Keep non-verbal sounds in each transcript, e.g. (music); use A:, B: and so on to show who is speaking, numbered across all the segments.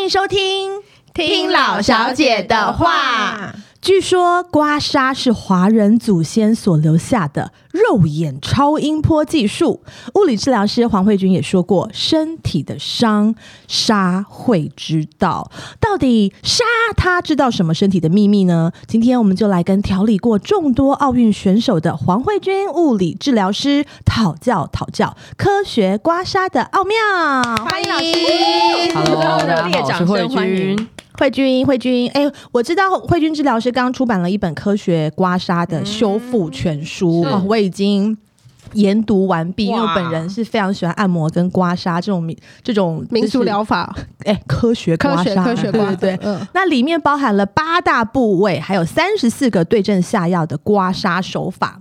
A: 迎收听《
B: 听老小姐的话》。
A: 据说刮痧是华人祖先所留下的肉眼超音波技术。物理治疗师黄慧君也说过，身体的伤，痧会知道。到底痧他知道什么身体的秘密呢？今天我们就来跟调理过众多奥运选手的黄慧君物理治疗师讨教讨教科学刮痧的奥妙。
B: 欢迎老师
C: Hello，大
B: 热
C: 家
B: 烈
C: 好，我是
B: 掌
C: 慧
B: 声欢迎。
C: 君。
A: 慧君，慧君，哎、我知道慧君治疗师刚出版了一本科学刮痧
B: 嗯
A: 的修复全书、
C: 是
A: 哦，我已经。研读完毕，因为我
C: 哇
A: 本人是非常喜欢按摩跟刮痧这种民这种
B: 民俗疗
A: 法，
B: 法，
A: 哎、科学
B: 科
A: 刮
B: 学
A: 痧，
B: 科
A: (laughs)
D: (laughs) 哦
B: 学
A: 对
B: 观，
A: 对对。
B: 嗯，
A: 那里面包含了八大部位，还有三十四个对症下药的刮痧手法。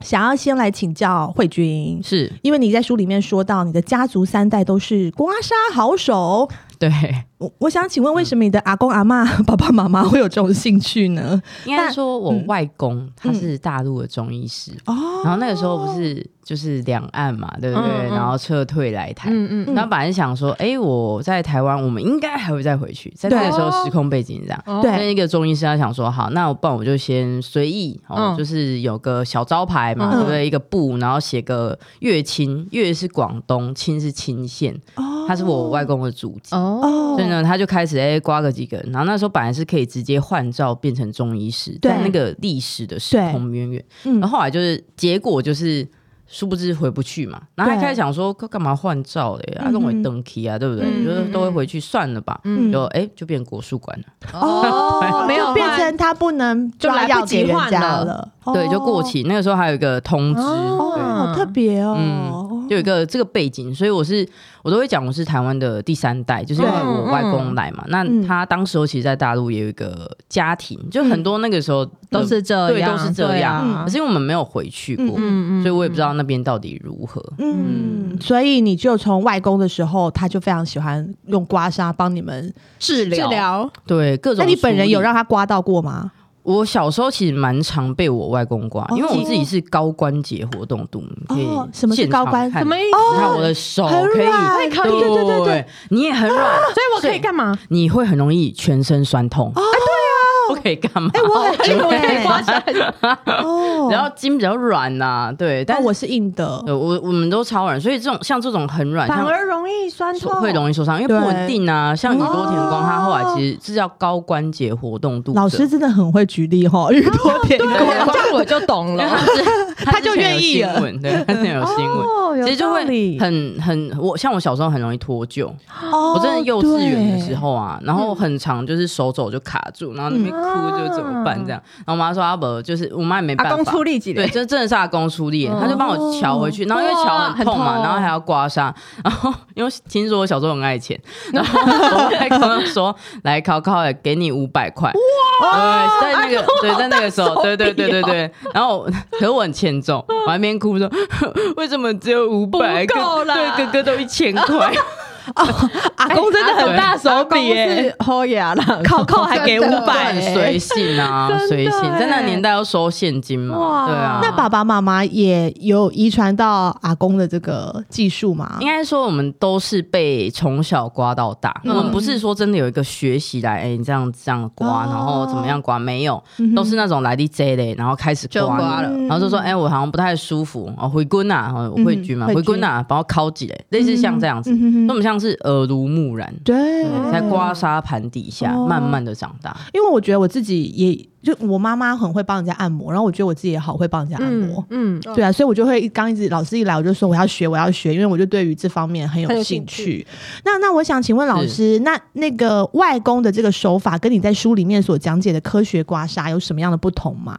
A: 想要先来请教慧君，
C: 是
A: 因为你在书里面说到你的家族三代都是刮痧好手，
C: 对，
A: 我我想请问，为什么你的阿公阿妈、 (laughs) 爸爸妈妈会有这种兴趣呢？
C: 应该说我
A: 嗯
C: 外公他是大陆的中医师，
A: 哦
C: 然后那个时候不是就是两岸嘛，对不
B: 嗯
C: 对？
B: 嗯
C: 然后撤退来台，
B: 嗯嗯
C: 然后本来想说，哎，我在台湾，我们应该还会再回去，在
A: 对哦
C: 那个时候时空背景这样。
B: 嗯，
A: 对
C: 那一个中医师他想说，好，那我不然我就先随意哦
B: 嗯，
C: 就是有个小招牌嘛，
B: 嗯
C: 对不对？一个布，然后写个乐清，乐是广东，清是清县，
A: 哦
C: 它是我外公的祖籍。
B: 哦，
A: 哦
C: 所以，呢，他就开始哎、刮个几个，然后那时候本来是可以直接换照变成中医师，
A: 对
C: 但那个历史的时空渊源，
A: 嗯
C: 然后后来就是结果就是。殊不知回不去嘛，然后还
A: 对
C: 开始想说干嘛换照嘞？啊，
A: 嗯
C: 认为登期啊，对不对？
B: 嗯
C: 就是都会回去算了吧，
B: 嗯
C: 就哎、就变国术馆了， (laughs)
B: 哦，没有
A: 变
B: 换
A: 成他不能抓药给人家了，
C: 对，就过期。那个时候还有一个通知，
A: 哦，
C: 对
A: 好特别哦
C: 嗯，，就有一个这个背景，所以我是我都会讲我是台湾的第三代，就是因为我外公来嘛，那他当时候其实，在大陆也有一个家庭，就很多那个时候
B: 都是这
C: 对
B: 样，
C: 都是这样，嗯
B: 对啊
C: 可是因为我们没有回去过，
B: 嗯
C: 所以我也不知道那边到底如何。
A: 嗯，所以你就从外公的时候，他就非常喜欢用刮痧帮你们治
B: 治。疗，
C: 对各种梳
A: 那
C: 理，
A: 你本人有让他刮到过
C: (laughs)
A: 吗？
C: 我小时候其实蛮常被我外公刮，
A: 哦
C: 因为我自己是高关节活动度，你可以
A: 哦什么是高关
C: 现场看
B: 什么意思
C: 你看我的手
A: 很
C: 可以
A: 软，
B: 哎可以
C: 对
B: 对
A: 对对对，
C: 你也很软，
B: 所以我可以干嘛？
C: 你会很容易全身酸痛。啊，对啊，不可以干嘛？
A: 哦哎，我很
B: 哎，我可以刮
A: 硬
B: 痧，
A: 哦，
C: (laughs) 然后筋比较软呐、对，但
A: 但
C: 我
A: 哦我是硬的，
C: 呃我我们都超软，所以这种像这种很软，
B: 反
C: 像
B: 而容易酸
C: 手
B: 痛，
C: 会容易受伤，因为
A: 哦对
C: 不稳定啊。像宇多田光，他后来
A: 哦
C: 其实这叫高关节活动度。
A: 老师，真的很会举例 (laughs) 哈，宇
C: (laughs)
A: 多田光。
B: 这样我就懂
C: 因为
B: 了
C: 他。之
A: (laughs) 他就
C: 之前有
A: 愿意了
C: 新闻，对，他之前有新闻。
B: 哦，有
C: 其实就
B: 道理
C: 会很很，我像我小时候很容易脱臼，
A: 哦嗯
C: 我真的幼稚园的时
A: 候，
C: 候啊，然后很长就是手肘就卡住，然后那边哭就怎么办
A: 嗯
C: 这样，然后我妈说阿伯就是我妈也没办
A: 啊
B: 阿
C: 法，
B: 公出力气嘞
C: 对，这真的是阿公出力，他就帮我瞧回去，然后因为瞧很痛
B: 哦哇很
C: 嘛，
B: 痛哦
C: 然后还要刮痧，然后因为听说我小时候很爱钱，
B: (laughs)
C: 然后我外公就说来考考也给你五百块，哇，对，在
B: 哎
C: 那个对在那个时候，对对对对对，
B: 哦
C: 然后我可是我很欠揍，我还边哭说 (laughs) 为什么只有五百，
B: 不够啦
C: 对，哥哥都一
B: (laughs)
C: 千块。
A: 阿公真的很大手笔耶，
B: 齁牙啦，
A: 考考还给
B: 真的
A: 五百
C: 很，随性
B: (laughs)
C: 啊
B: 真的，
C: 随性，在那年代要收现金
B: 哇
C: 嘛，对啊。
A: 那爸爸妈妈也有遗传到阿公的这个技术吗
C: 应？该说我们都是被从小刮到大，我们不是说真的有一个学习来，哎、你这样这样刮，
A: 嗯哦
C: 然后怎么样刮，没有，
A: 嗯哼
C: 都是那种来的 J 嘞，然后开始
B: 就
C: 刮
B: 刮
C: 你
B: 了
C: 然后就说，哎、我好像不太舒服，哦，回滚呐、啊，哦，会举嘛，
A: 嗯
C: 回滚呐、啊，帮我敲几嘞，类似像这样子，
A: 嗯哼哼
C: 那我们像是耳濡目染，
A: 对
C: 对，在刮痧盘底下、
A: 哦
C: 慢慢的长大，
A: 因为我觉得我自己也就我妈妈很会帮人家按摩，然后我觉得我自己也好会帮人家按摩。
B: 嗯，
A: 对啊，所以我就会刚一直老师一来，我就说我要学，我要学，因为我就对于这方面很有
B: 很有
A: 兴
B: 兴
A: 趣。那那我想请问老师，那那个外公的这个手法跟你在书里面所讲解的科学刮痧有什么样的不同吗？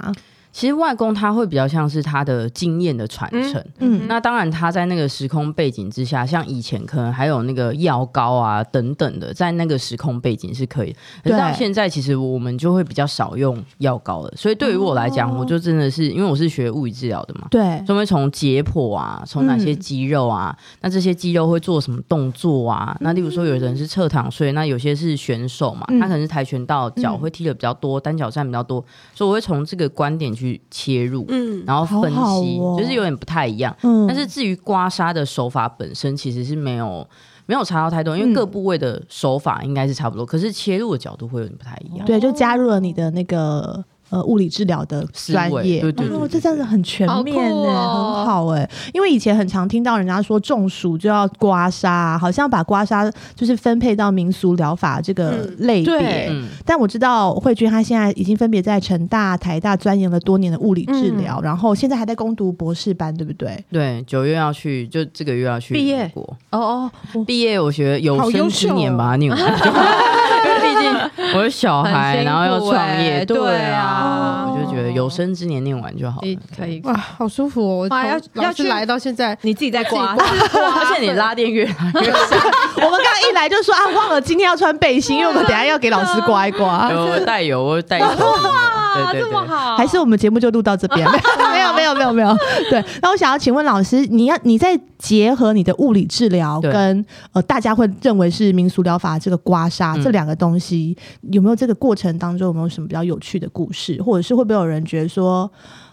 C: 其实外公他会比较像是他的经验的传承。
A: 嗯
C: 那当然，他在那个时空背景之下，像以前可能还有那个药膏啊等等的，在那个时空背景是可以的。可是
A: 对
C: 到现在，其实我们就会比较少用药膏了。所以对于我来讲，
A: 哦
C: 我就真的是因为我是学物理治疗的嘛，
A: 对，嗯
C: 就会从解剖啊，从哪些肌肉啊，那这些肌肉会做什么动作啊？那例如说，有人是侧躺睡，那有些是选手嘛，
A: 嗯
C: 他可能是跆拳道，脚会踢的比较多，单脚站比较多，所以我会从这个观点去切入，
B: 嗯，
C: 然后分析，
A: 好好哦
C: 就是有点不太一样。
A: 嗯
C: 但是至于刮痧的手法本身，其实是没有没有查到太多，因为
B: 嗯
C: 各部位的手法应该是差不多，可是切入的角度会有点不太一
B: 哦
C: 样。
A: 对，就加入了你的那个呃物理治疗的
C: 思
A: 专
C: 维
A: 业，
C: 对对对
A: 哦，
C: 对
A: 这真的很全面
B: 好酷
A: 哎、
B: 哦
A: 很好哎、因为以前很常听到人家说中暑就要刮痧啊，好像把刮痧就是分配到民俗疗法这个
B: 嗯
A: 类别。
B: 对
C: 嗯，
A: 但我知道慧君她现在已经分别在成大、台大钻研了多年的物理治疗，
B: 嗯
A: 然后现在还在攻读博士班，对不对？ (laughs)
C: 对，九月要去，就这个月要去
B: 毕业
C: 美国。
B: 哦哦，
C: 毕业我学有
A: 好优
C: 生之
A: 秀
C: 年
A: 哦
C: 把它念完， (laughs) 因为毕竟我有小
B: 很
C: 孩，
B: 辛
C: 然后要
B: 苦
C: 创
B: 欸
C: 业，
B: 对啊
C: 啊，我就觉得有生之年念完就好了
B: 你。可以
D: 哇，好舒服哦！我
B: 哇要
D: 从
B: 要
D: 老师
B: 去
D: 来到现在，
B: 你自己在刮，
C: 而且你
B: (laughs)
C: 拉电越来越小，
A: 我们刚刚一来就说啊，忘了今天要穿背心，因为我们等一下要给老师刮一刮。
C: 我带油，我带油，
B: 啊，
C: 对
B: 这
C: 对
B: 么
E: 哦
C: 对。
B: 好，
A: 还是我们节目就录到这边，没有没有没有没有。对，那我想要请问老师，你要你在结合你的物理治疗
C: 对
A: 跟呃大家会认为是民俗疗法这个刮痧、
C: 嗯
A: 这两个东西，有没有这个过程当中有没有什么比较有趣的故事，或者是会不会有人觉得说，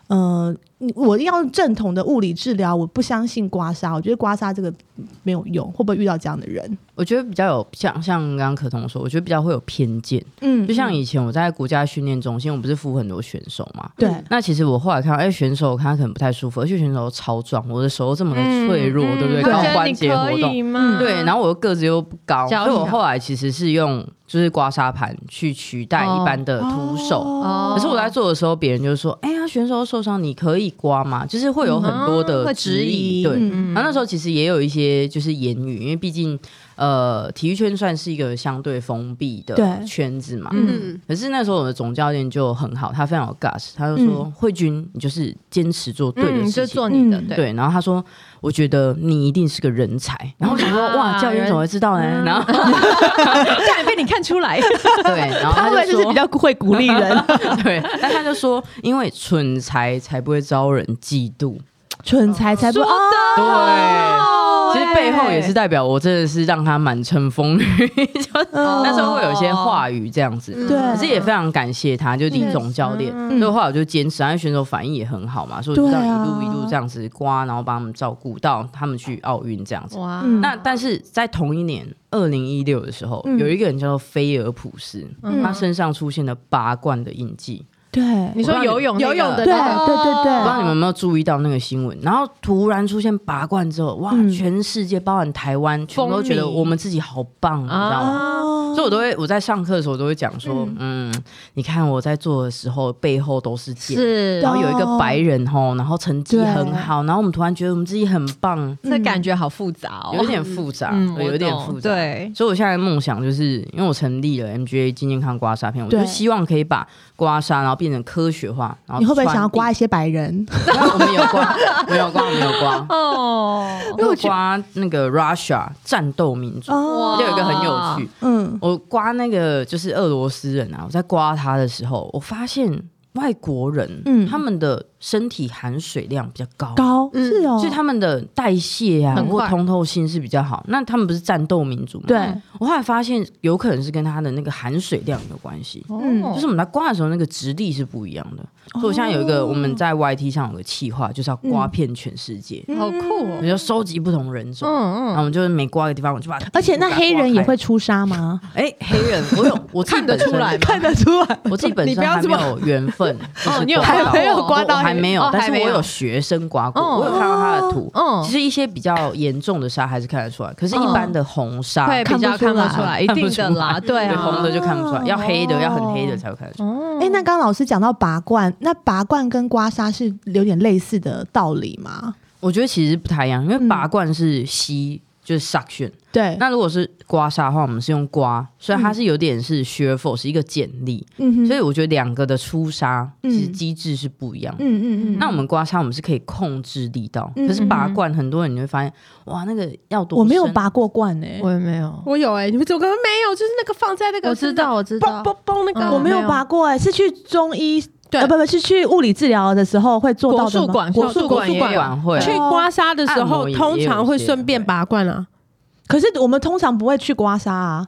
A: 呃，你我要正统的物理治疗，我不相信刮痧，我觉得刮痧这个没有用，会不会遇到这样的人？
C: 我觉得比较有像像刚刚可彤说，我觉得比较会有偏见。
A: 嗯
C: 就像以前我在国家训练中心，我们不是服很多选手嘛？
A: 对
C: 那其实我后来看到，哎、选手看他可能不太舒服，而且选手超壮，我的手这么
B: 嗯
C: 的脆弱，对不对？
B: 他
C: 高
B: 觉得
C: 关
B: 你
C: 节活
B: 可
C: 动，
B: 以吗？啊
C: 对，然后我又个子又不高，
B: 脚
C: 所以我
B: 小
C: 后来其实是用就是刮痧盘去取代一般的徒手。
B: 哦
C: 可是我在做的时候，别人就说：“哎呀，选手受伤，你可以刮吗？”就是会有很多
B: 嗯会
C: 的
B: 质
C: 质
B: 疑
C: 疑，对。
A: 嗯
C: 然后那时候其实也有一些就是言语，因为毕竟呃，体育圈算是一个相对封闭的
A: 对
C: 圈子嘛。
B: 嗯，
C: 可是那时候我的总教练就很好，他非常有 gas，他就说：“慧君，你就是坚持做对的
B: 嗯，就
C: 事情。
B: 做你的
A: 嗯，
B: 对，
C: 对，然后他说：“我觉得你一定是个人才。”然后我想说：“
B: 哇
C: 哇，教练怎么会知道呢？”然后 (laughs)
B: 差点被你看出 (laughs) 来，
C: 对，然后
A: (laughs) 他会
C: 就
A: 不会就是
C: 说
A: 比较会鼓励
C: (laughs)
A: 人？
C: 对，但他就说，因为蠢才才不会招人嫉妒。
A: 蠢材才不
B: 说
A: 哦
B: 的
C: 其实背后也是代表我真的是让他满城风雨， (laughs) 就是
A: 嗯
C: 那时候会有一些话语这样子。
A: 对
C: 可是也非常感谢他，就李总教练，
B: 嗯
C: 所以后来我就坚持，然后选手反应也很好嘛，所以我就这
A: 对
C: 样
A: 啊
C: 一路一路这样子刮，然后帮他们照顾到他们去奥运这样子。
B: 哇
A: 嗯
C: 那但是在同一年二零一六的时候，
A: 嗯
C: 有一个人叫做菲尔普斯，
A: 嗯
C: 他身上出现了拔罐的印记，
A: 对，
B: 你说游泳那个
D: 游泳的
A: 对对对对
C: 我不知道你们有没有注意到那个新闻，然后突然出现拔罐之后，哇，
A: 嗯
C: 全世界包含台湾，全部都觉得我们自己好棒，你知道吗？
B: 啊，
A: 哦
C: 所以，我都会我在上课的时候，我都会讲说，嗯你看我在做的时候，背后都是剑，
B: 是
C: 然后有一个白人吼，然后成绩
A: 啊对
C: 很好，然后我们突然觉得我们自己很棒，
B: 哦这感觉好复杂哦，
C: 有一点复杂，
B: 嗯
C: 对
B: 我
C: 有一点
B: 懂
C: 复杂。
B: 对
C: 所以我现在的梦想就是，因为我成立了 MGA 金健康刮痧片，我
A: 对
C: 就希望可以把刮痧，然后变成科学化，然后
A: 你会不会想要
C: 传递
A: 刮一些白人？
C: 我们有刮，我们有刮，我们有刮，
B: 哦，
C: 我有刮那个 Russia 战斗民族，
A: 哦
B: 哇
C: 就有一个很有趣，
A: 嗯，
C: 我刮那个就是俄罗斯人啊，我在刮他的时候，我发现外国人，
A: 嗯
C: 他们的身体含水量比较高。
A: 高
B: 嗯
A: 是哦，
C: 所以他们的代谢啊，
B: 很
C: 或
B: 快
C: 通透性是比较好。那他们不是战斗民族吗？
A: 对，
C: 我后来发现，有可能是跟他的那个含水量有关系。
A: 嗯
B: 哦
C: 就是我们在刮的时候，那个质地是不一样的。所以我现在有一个我们在 YT 上有个企划，就是要刮遍全世界，
B: 好酷
C: 我
B: 哦，
C: 们就收集不同人种。
B: 嗯
C: 然
B: 嗯，
C: 后我们就是每刮一个地方，我就把它
A: 而且那黑人也会出沙吗？
C: 哎、黑人，我有我自己
B: (laughs) 看得
C: 本身
B: 出来吗？
A: 得出来，
C: 我自己本
D: 你不
C: 身
D: 要
C: 还
D: 这
C: 没
B: (laughs)
D: 么
C: 有缘分，就是
B: 哦你有
C: 刮
B: 还
C: 到
B: 没有
C: 我
B: 刮到
C: 我还没有
B: 黑人哦，
C: 但是
B: 还没
C: 我
B: 有
C: 有学生刮过，
B: 哦
C: 我有看到他的图，
B: 嗯
C: 其实一些比较严重的沙还是看得出来，可是一般的红沙
B: 会比较看
A: 看不出
B: 不
A: 来
B: 出来，一定的啦，对
C: (laughs) 对
B: 啊，
C: 红的就看不出来，要黑的
A: 哦
C: 要很黑的才会看得出来。
B: 哦
A: 哎，那刚刚老师讲到拔罐，那拔罐跟刮痧是有点类似的道理吗？
C: 我觉得其实不太一样，因为
A: 嗯
C: 拔罐是吸。就是 suction，
A: 对，
C: 那如果是刮痧的话，我们是用刮，所以它是有点是 shear force，一个剪力，
A: 嗯哼
C: 所以我觉得两个的出痧
A: 嗯
C: 其实机制是不一样的。
A: 嗯嗯嗯，
C: 那我们刮痧，我们是可以控制力道，
A: 嗯
C: 可是拔罐，很多人你会发现，哇，那个要多
A: 我没有
C: 深，
A: 拔过罐哎，
B: 我也没有，
D: 我有哎，你们怎么可能没有？就是那个放在那个，
B: 我知，道我知道，
D: 嘣嘣嘣那
B: 嗯
D: 个，
A: 我没有拔过哎，是去中医
D: 对
A: 呃不不是去物理治疗的时候会做
B: 国
A: 到的
B: 术
A: 吗
B: 馆、
A: 国术
B: 馆
D: 国
B: 也
D: 术馆
B: 有，
C: 管会
D: 去刮痧的时
C: 按
D: 候
C: 摩，也
D: 通常会顺便
C: 也有一些
D: 拔罐啊。
A: 可是我们通常不会去刮痧啊。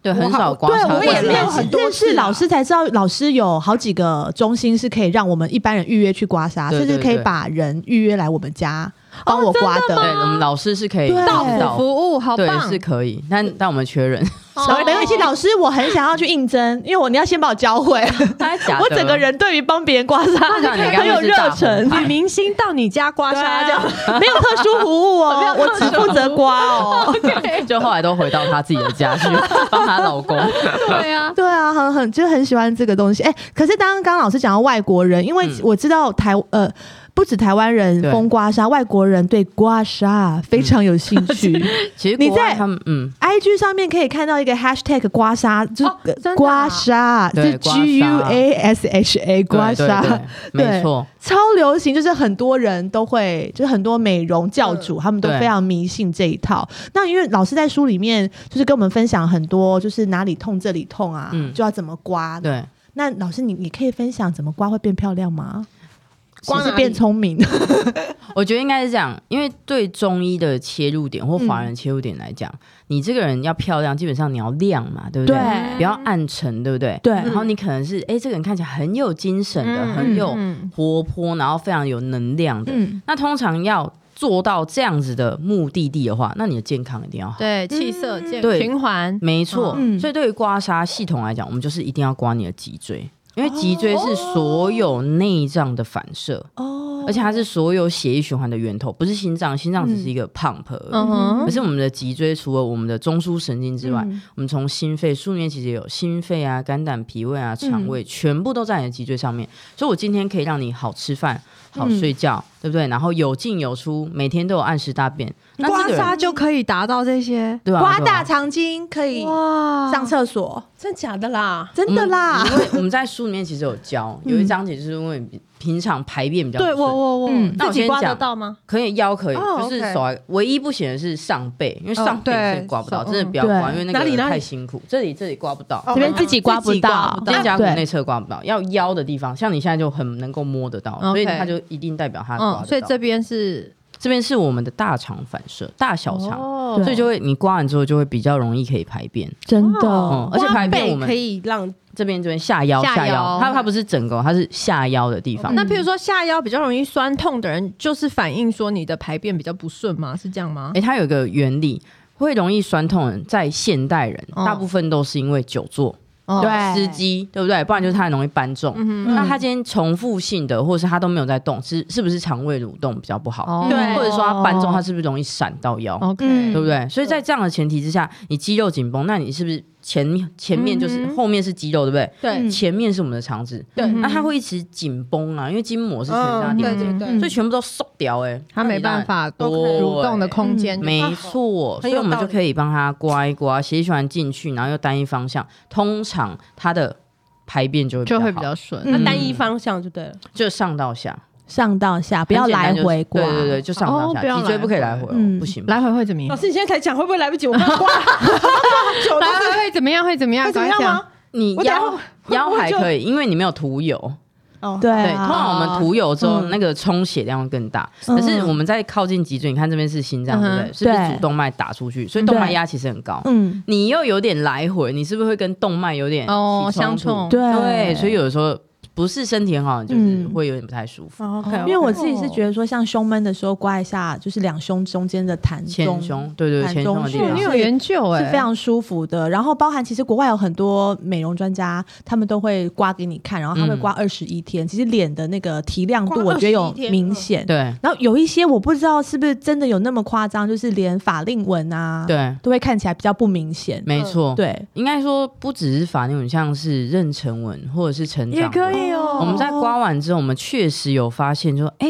C: 对很少刮
A: 对，
C: 痧
A: 我
C: 会
A: 也
D: 也
C: 啦
D: 没有
A: 认识
D: 很多
A: 认识
D: 次啊
A: 老师才知道，老师有好几个中心是可以让我们一般人预约去刮痧，
C: 对
A: 甚至
C: 对
A: 可以
C: 对
A: 把人预约来我们家。帮我刮的。
C: 对，我们老师是可以
A: 对
C: 指
B: 到
A: 辅
C: 导
B: 府服务好
C: 对
B: 棒，
C: 是可以，但但我们缺人， (laughs)
A: 然
E: 哦
A: 后没关系，老师，我很想要去应征，因为我你要先把我教会。 (laughs) (laughs) 我整个人对于帮别人刮痧
C: 那你
A: 很
C: 刚刚
A: 有
C: 是大
A: 热
C: 红 (laughs)
A: 忱，
E: 女明星到你家刮
C: 啊
E: 痧这
A: (laughs)
E: 样，
A: 没有特殊服务哦，我只负责刮哦。
C: 就后来都回到她自己的家去帮她老公。
B: 对啊，
A: 对啊，很很就很喜欢这个东西。哎、可是刚刚刚老师讲到外国人，因为
C: 嗯
A: 我知道台、呃。不止台湾人
C: 对
A: 疯刮痧，外国人对刮痧非常有兴趣。
B: 嗯
A: (laughs)
C: 其实
A: 你
C: 国外
A: 在
C: 他们嗯，
A: IG 上面可以看到一个 hashtag 刮痧，就是、呃
B: 哦真的啊
A: 刮痧
C: 对
A: 是
C: 刮痧
A: G U A S H A
C: 对
A: 刮
C: 对
A: 痧，
C: 对
A: 对
C: 没错，
A: 超流行，就是很多人都会，就是很多美容教主、他们都
C: 对
A: 非常迷信这一套。那因为老师在书里面就是跟我们分享很多，就是哪里痛这里痛啊，
C: 嗯
A: 就要怎么刮。
C: 对。
A: 那老师你你可以分享怎么刮会变漂亮吗？
D: 刮
A: 还是
D: 哪里
A: 变聪明？
C: 我觉得应该是这样，因为对中医的切入点或华
A: 嗯
C: 人切入点来讲，你这个人要漂亮，基本上你要亮嘛，对不对？
A: 对
B: 嗯
C: 不要暗沉，对不对？
A: 对
C: 然后你可能是哎、这个人看起来很有精神的，
E: 嗯
C: 很有活泼，然后非常有能量的。
A: 嗯，
C: 那通常要做到这样子的目的地的话，那你的健康一定要好。
B: 对气色健
C: 对
B: 循环，
C: 没错，
A: 嗯
C: 所以对于刮痧系统来讲，我们就是一定要刮你的脊椎，因为脊椎是所有内脏的反射，
A: 哦
C: 而且它是所有血液循环的源头，不是心脏，心脏只是一个 pump 而已。
B: 嗯
C: 可
B: 哼，
C: 是我们的脊椎除了我们的中枢神经之外，
A: 嗯
C: 我们从心肺书里面其实也有心肺啊、肝胆、脾胃啊、
A: 嗯
C: 肠胃，全部都在你的脊椎上面。所以我今天可以让你好吃饭、好
A: 嗯
C: 睡觉，对不对？然后有进有出，每天都有按时大便。那
E: 刮
C: 这个人
E: 痧就可以达到这些。
C: 对吧？啊
A: 刮
C: 对吧
A: 大肠经可以
E: 哇
A: 上厕所，
D: 真假的啦？
A: 真的啦。
C: 因为我们在书里面其实有教，有一章节就是因为你平常排便比较不
E: 嗯对
C: 顺
E: 我我我，
A: 嗯
C: 那我
B: 自己
C: 先
B: 刮得
C: 讲
B: 到吗？
C: 可以腰可以，
E: 哦
C: 就是
E: OK
C: 手还唯一不行的是上背，因为上背
E: 哦对
C: 真的刮不到，
E: 手
C: 真的不要
A: 嗯
C: 刮，因为那
E: 哪里
C: 个
E: 哪里
C: 太辛苦。这里这里刮不到，
A: 这
E: 哦
A: 边自己刮不到
C: 肩胛骨
A: 对
C: 内侧刮不到，要腰的地方，像你现在就很能够摸得到，
B: OK
C: 所以它就一定代表它刮
B: 嗯，所
C: 得
B: 以
C: 到
B: 这。边是
C: 这边是我们的大肠反射，大小肠，
B: 哦
A: 对
C: 所以就会你刮完之后就会比较容易可以排便，
A: 真的，
E: 哦
C: 嗯，而且排便我
E: 背可
C: 们嗯
E: 以让
C: 这边这边下腰
B: 下
C: 下腰
B: 腰，
C: 它它不是整个哦，它是下腰的地方。
E: 嗯那譬如说下腰比较容易酸痛的人，就是反映说你的排便比较不顺吗？是这样吗
C: 哎、？它有一个原理，会容易酸痛的人，在现代人、
E: 哦
C: 大部分都是因为久坐，
E: 哦
A: 对
C: 司机对不对？不然就是他很容易搬重。
E: 嗯
C: 那他今天重复性的，或者是他都没有在动，是是不是肠胃蠕动比较不好？
B: 哦
E: 对
C: 或者说他搬重，他是不是容易闪到腰？
E: ，OK，
A: 嗯
C: 对不对？所以在这样的前提之下，你肌肉紧绷，那你是不是前前面就是、
E: 嗯哼
C: 后面是肌肉，对不对？
A: 嗯
B: 对
C: 前面是我们的肠子，
E: 对
C: 那它会一直紧绷啊，因为筋膜是全身的
E: 嗯
C: 连接，
E: 对对
A: 对
C: 所以全部都缩掉哎、欸，
E: 他没办法多蠕动的空间，
C: 嗯没错，所以我们就可以帮他刮一刮，血液循环进去，然后又单一方向，通常他的排便就会
B: 就会
C: 比
B: 比较
C: 较好，
B: 顺。
D: 那单一方向就对了。
C: 就上到下，
A: 上到下不要
C: 很简
A: 来
C: 单
A: 回刮，
C: 就是对对对，就上到
E: 哦不要来
C: 下，脊椎不可以来回哦，
A: 嗯
C: 不行，
E: 来回会怎么样
D: (laughs) 老？师，你现在才讲会不会来不及？我刚刚刮了久
E: 来
D: 了，
E: 回会怎么样？会怎么样？
D: 会怎么样
E: 赶快讲？
D: 吗？
C: 你
D: 我等下会
C: 腰
D: 会不会
C: 腰还
D: 就
C: 可以，因为你没有涂油，
D: 哦，
A: (laughs) 对
C: 对，通
A: 啊，
C: 常我们涂油之后
A: 嗯
C: 那个充血量会更大，
A: 嗯
C: 可是我们在靠近脊椎，你看这边是心脏，对
E: 嗯
C: 不对？是不
A: 对
C: 是主动脉打出去？所以动脉压其实很高，
A: 嗯，
C: 你又有点来回，你是不是会跟动脉有点
B: 哦
C: 起
B: 相
C: 冲突
B: 冲
A: 对
C: 对，所以有的时候不是身体很好，就是
A: 嗯
C: 会有点不太舒服。
D: 哦
E: 哦
D: ，OK，
A: 因为我自己是觉得说，像胸闷的时候刮一下，就是两胸中间的痰
C: 前胸，对对，
A: 盘
C: 对前胸的
A: 嗯
C: 地
A: 中
E: 哦
A: 穴
E: 你
C: 方。
E: 有研究哎，
A: 是非常舒服的。然后包含其实国外有很多美容专家，他们都会刮给你看，然后他会
C: 嗯
A: 刮二十一天。其实脸的那个提亮度，
D: 刮
A: 我觉得有
D: 21天
A: 明显。
C: 嗯对
A: 然后有一些我不知道是不是真的有那么夸张，就是连法令纹啊，，
C: 对，
A: 都会看起来比较不明显。
C: 没错。，
A: 对，
C: 应该说不只是法令纹，像是妊娠纹或者是成长
E: 以
C: 纹。我们在刮完之后，我们确实有发现说，哎，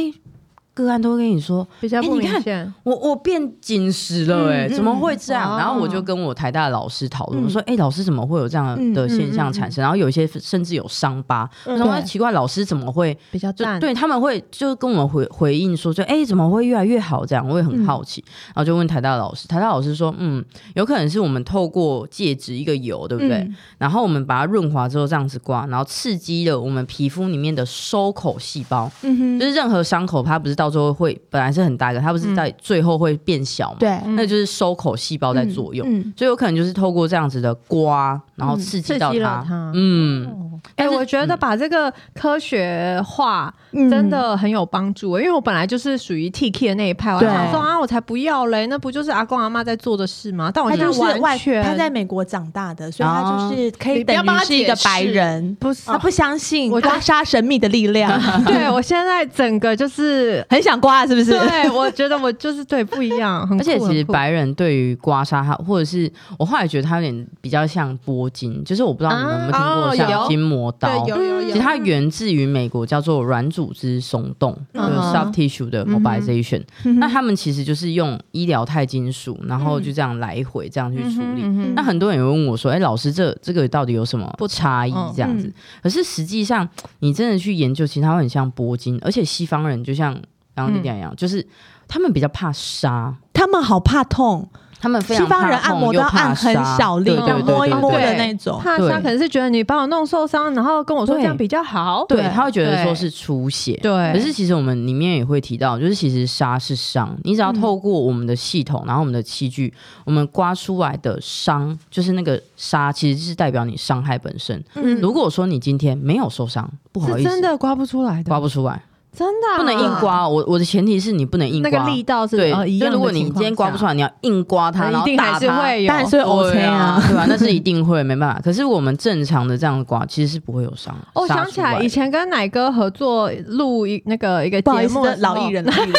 C: 个案都会跟你说，
E: 比较
C: 哎
E: 不
C: 你
E: 明
C: 看
E: 显，
C: 我我变紧实了、
A: 嗯
C: 哎、
A: 嗯
C: 怎么会这样？
E: 嗯
C: 然后我就跟我台大的老师讨
A: 嗯
C: 论，我说，哎、老师怎么会有这样的现象产生？然后有一些甚至有伤疤，我说哎
A: 对
C: 奇怪，老师怎么会
E: 比较
C: 就
E: 淡，
C: 对他们会就跟我们回回应说，就哎、怎么会越来越好这样？我也很好
A: 嗯
C: 奇，然后就问台大老师，台大老师说，嗯，有可能是我们透过介质一个油，对不对？
A: 嗯
C: 然后我们把它润滑之后这样子刮，然后刺激了我们皮肤里面的收口细胞，
A: 嗯
C: 就
A: 哼，
C: 是任何伤口它不是到到最后会本来是很大一个，它不是在最后会变小嘛？，
E: 嗯
A: 对，
C: 那就是收口细胞在作用，
A: 嗯，
C: 所以有可能就是透过这样子的刮，然后
A: 嗯
C: 刺激
E: 刺
C: 到
E: 激
C: 它
E: 了。它。
C: 嗯，
E: 哎、
C: 但是
E: 我觉得把这个科学化
A: 嗯
E: 真，的很有帮助、因为我本来就是属于 T K 的那一派，我还
A: 对
E: 想说啊，我才不要嘞，那不就是阿公阿妈在做的事吗？但我
A: 他
E: 现
A: 就
E: 在
A: 是外
E: 完全啊
A: 他在美国长大的，所以他
C: 哦
A: 就是可以
D: 你不要
A: 等
D: 帮
A: 于
D: 他
A: 是一个
D: 解释
A: 白人，
E: 不是 (laughs)
A: 他不相信
E: 我觉
A: 刮
E: 得
A: 痧神秘的力量，
E: 对我现在整个
A: (laughs)
E: 就是，
A: 很想刮是不是？ (laughs)
E: 对我觉得我就是对不一样，很
C: 而且
E: 酷
C: 其实
E: 很酷
C: 白人对于刮痧，它或者是我后来觉得它有点比较像拨筋，就是我不知道你们有没有听
D: 啊
C: 过
D: 哦有
C: 像筋膜刀，
D: 对，有有
C: 其
D: 有
C: 实，它源自于美国叫做软组织松动，就
A: 嗯
C: 是 soft tissue 的 mobilization。
A: 嗯
C: 那他们其实就是用医疗钛金属，然后就这样来回这样去处理。
E: 嗯哼嗯哼
C: 那很多人也问我说：“哎、老师，这这个到底有什么
E: 不
C: 差异？”
A: 嗯
C: 这样子，可是实际上你真的去研究，其实它会很像铂金，而且西方人就像刚刚
E: 嗯
C: 丽丽一样，就是他们比较怕沙，
A: 他们好怕痛，
C: 他呃们非
A: 西
C: 常
A: 方
C: 怕
A: 人按
C: 痛
A: 摩都
C: 又
A: 要
C: 怕
A: 按很
C: 痧
A: 小力，
C: 对
A: 这样
C: 对对
A: 摸一
C: 对
A: 摸
C: 对
A: 的
E: 对
A: 那种。
E: 怕
C: 对
E: 他可能是觉得你把我弄受伤，然后跟我说这
C: 对
E: 样比较好，
C: 对，他会觉得
E: 对
C: 说是出血，
E: 对
C: 可是其实我们里面也会提到，就是其实痧是伤，你只要
A: 嗯
C: 透过我们的系统，然后我们的器具，我们刮出来的伤，就是那个痧，其实是代表你伤害本身。
A: 嗯
C: 如果说你今天没有受伤，不好
E: 是
C: 意思，
E: 真的刮不出来的，
C: 刮不出来，
E: 真的啊、
C: 不能硬刮哦。我我的前提是你不能硬刮，
E: 那个力道是
C: 对，
E: 呃一
C: 就
E: 样的
C: 如果
E: 情
C: 你今
E: 况
C: 天刮不出来，你要硬刮它，
E: 下
C: 然
E: 一
C: 后
E: 定
C: 打
E: 还是
C: 它
E: 会有，
A: 当然是会 OK
C: 对啊
A: 啊，，
C: 对吧？那是一定会没办法。可是我们正常的这样刮，其实是不会有伤。
E: 我
C: 痧
E: 哦想
C: 出
E: 起来
C: 的
E: 以前跟奶哥合作录一那个一个
A: 不好意
E: 节
A: 思
E: 目，的时候
A: 老艺，人，老艺人，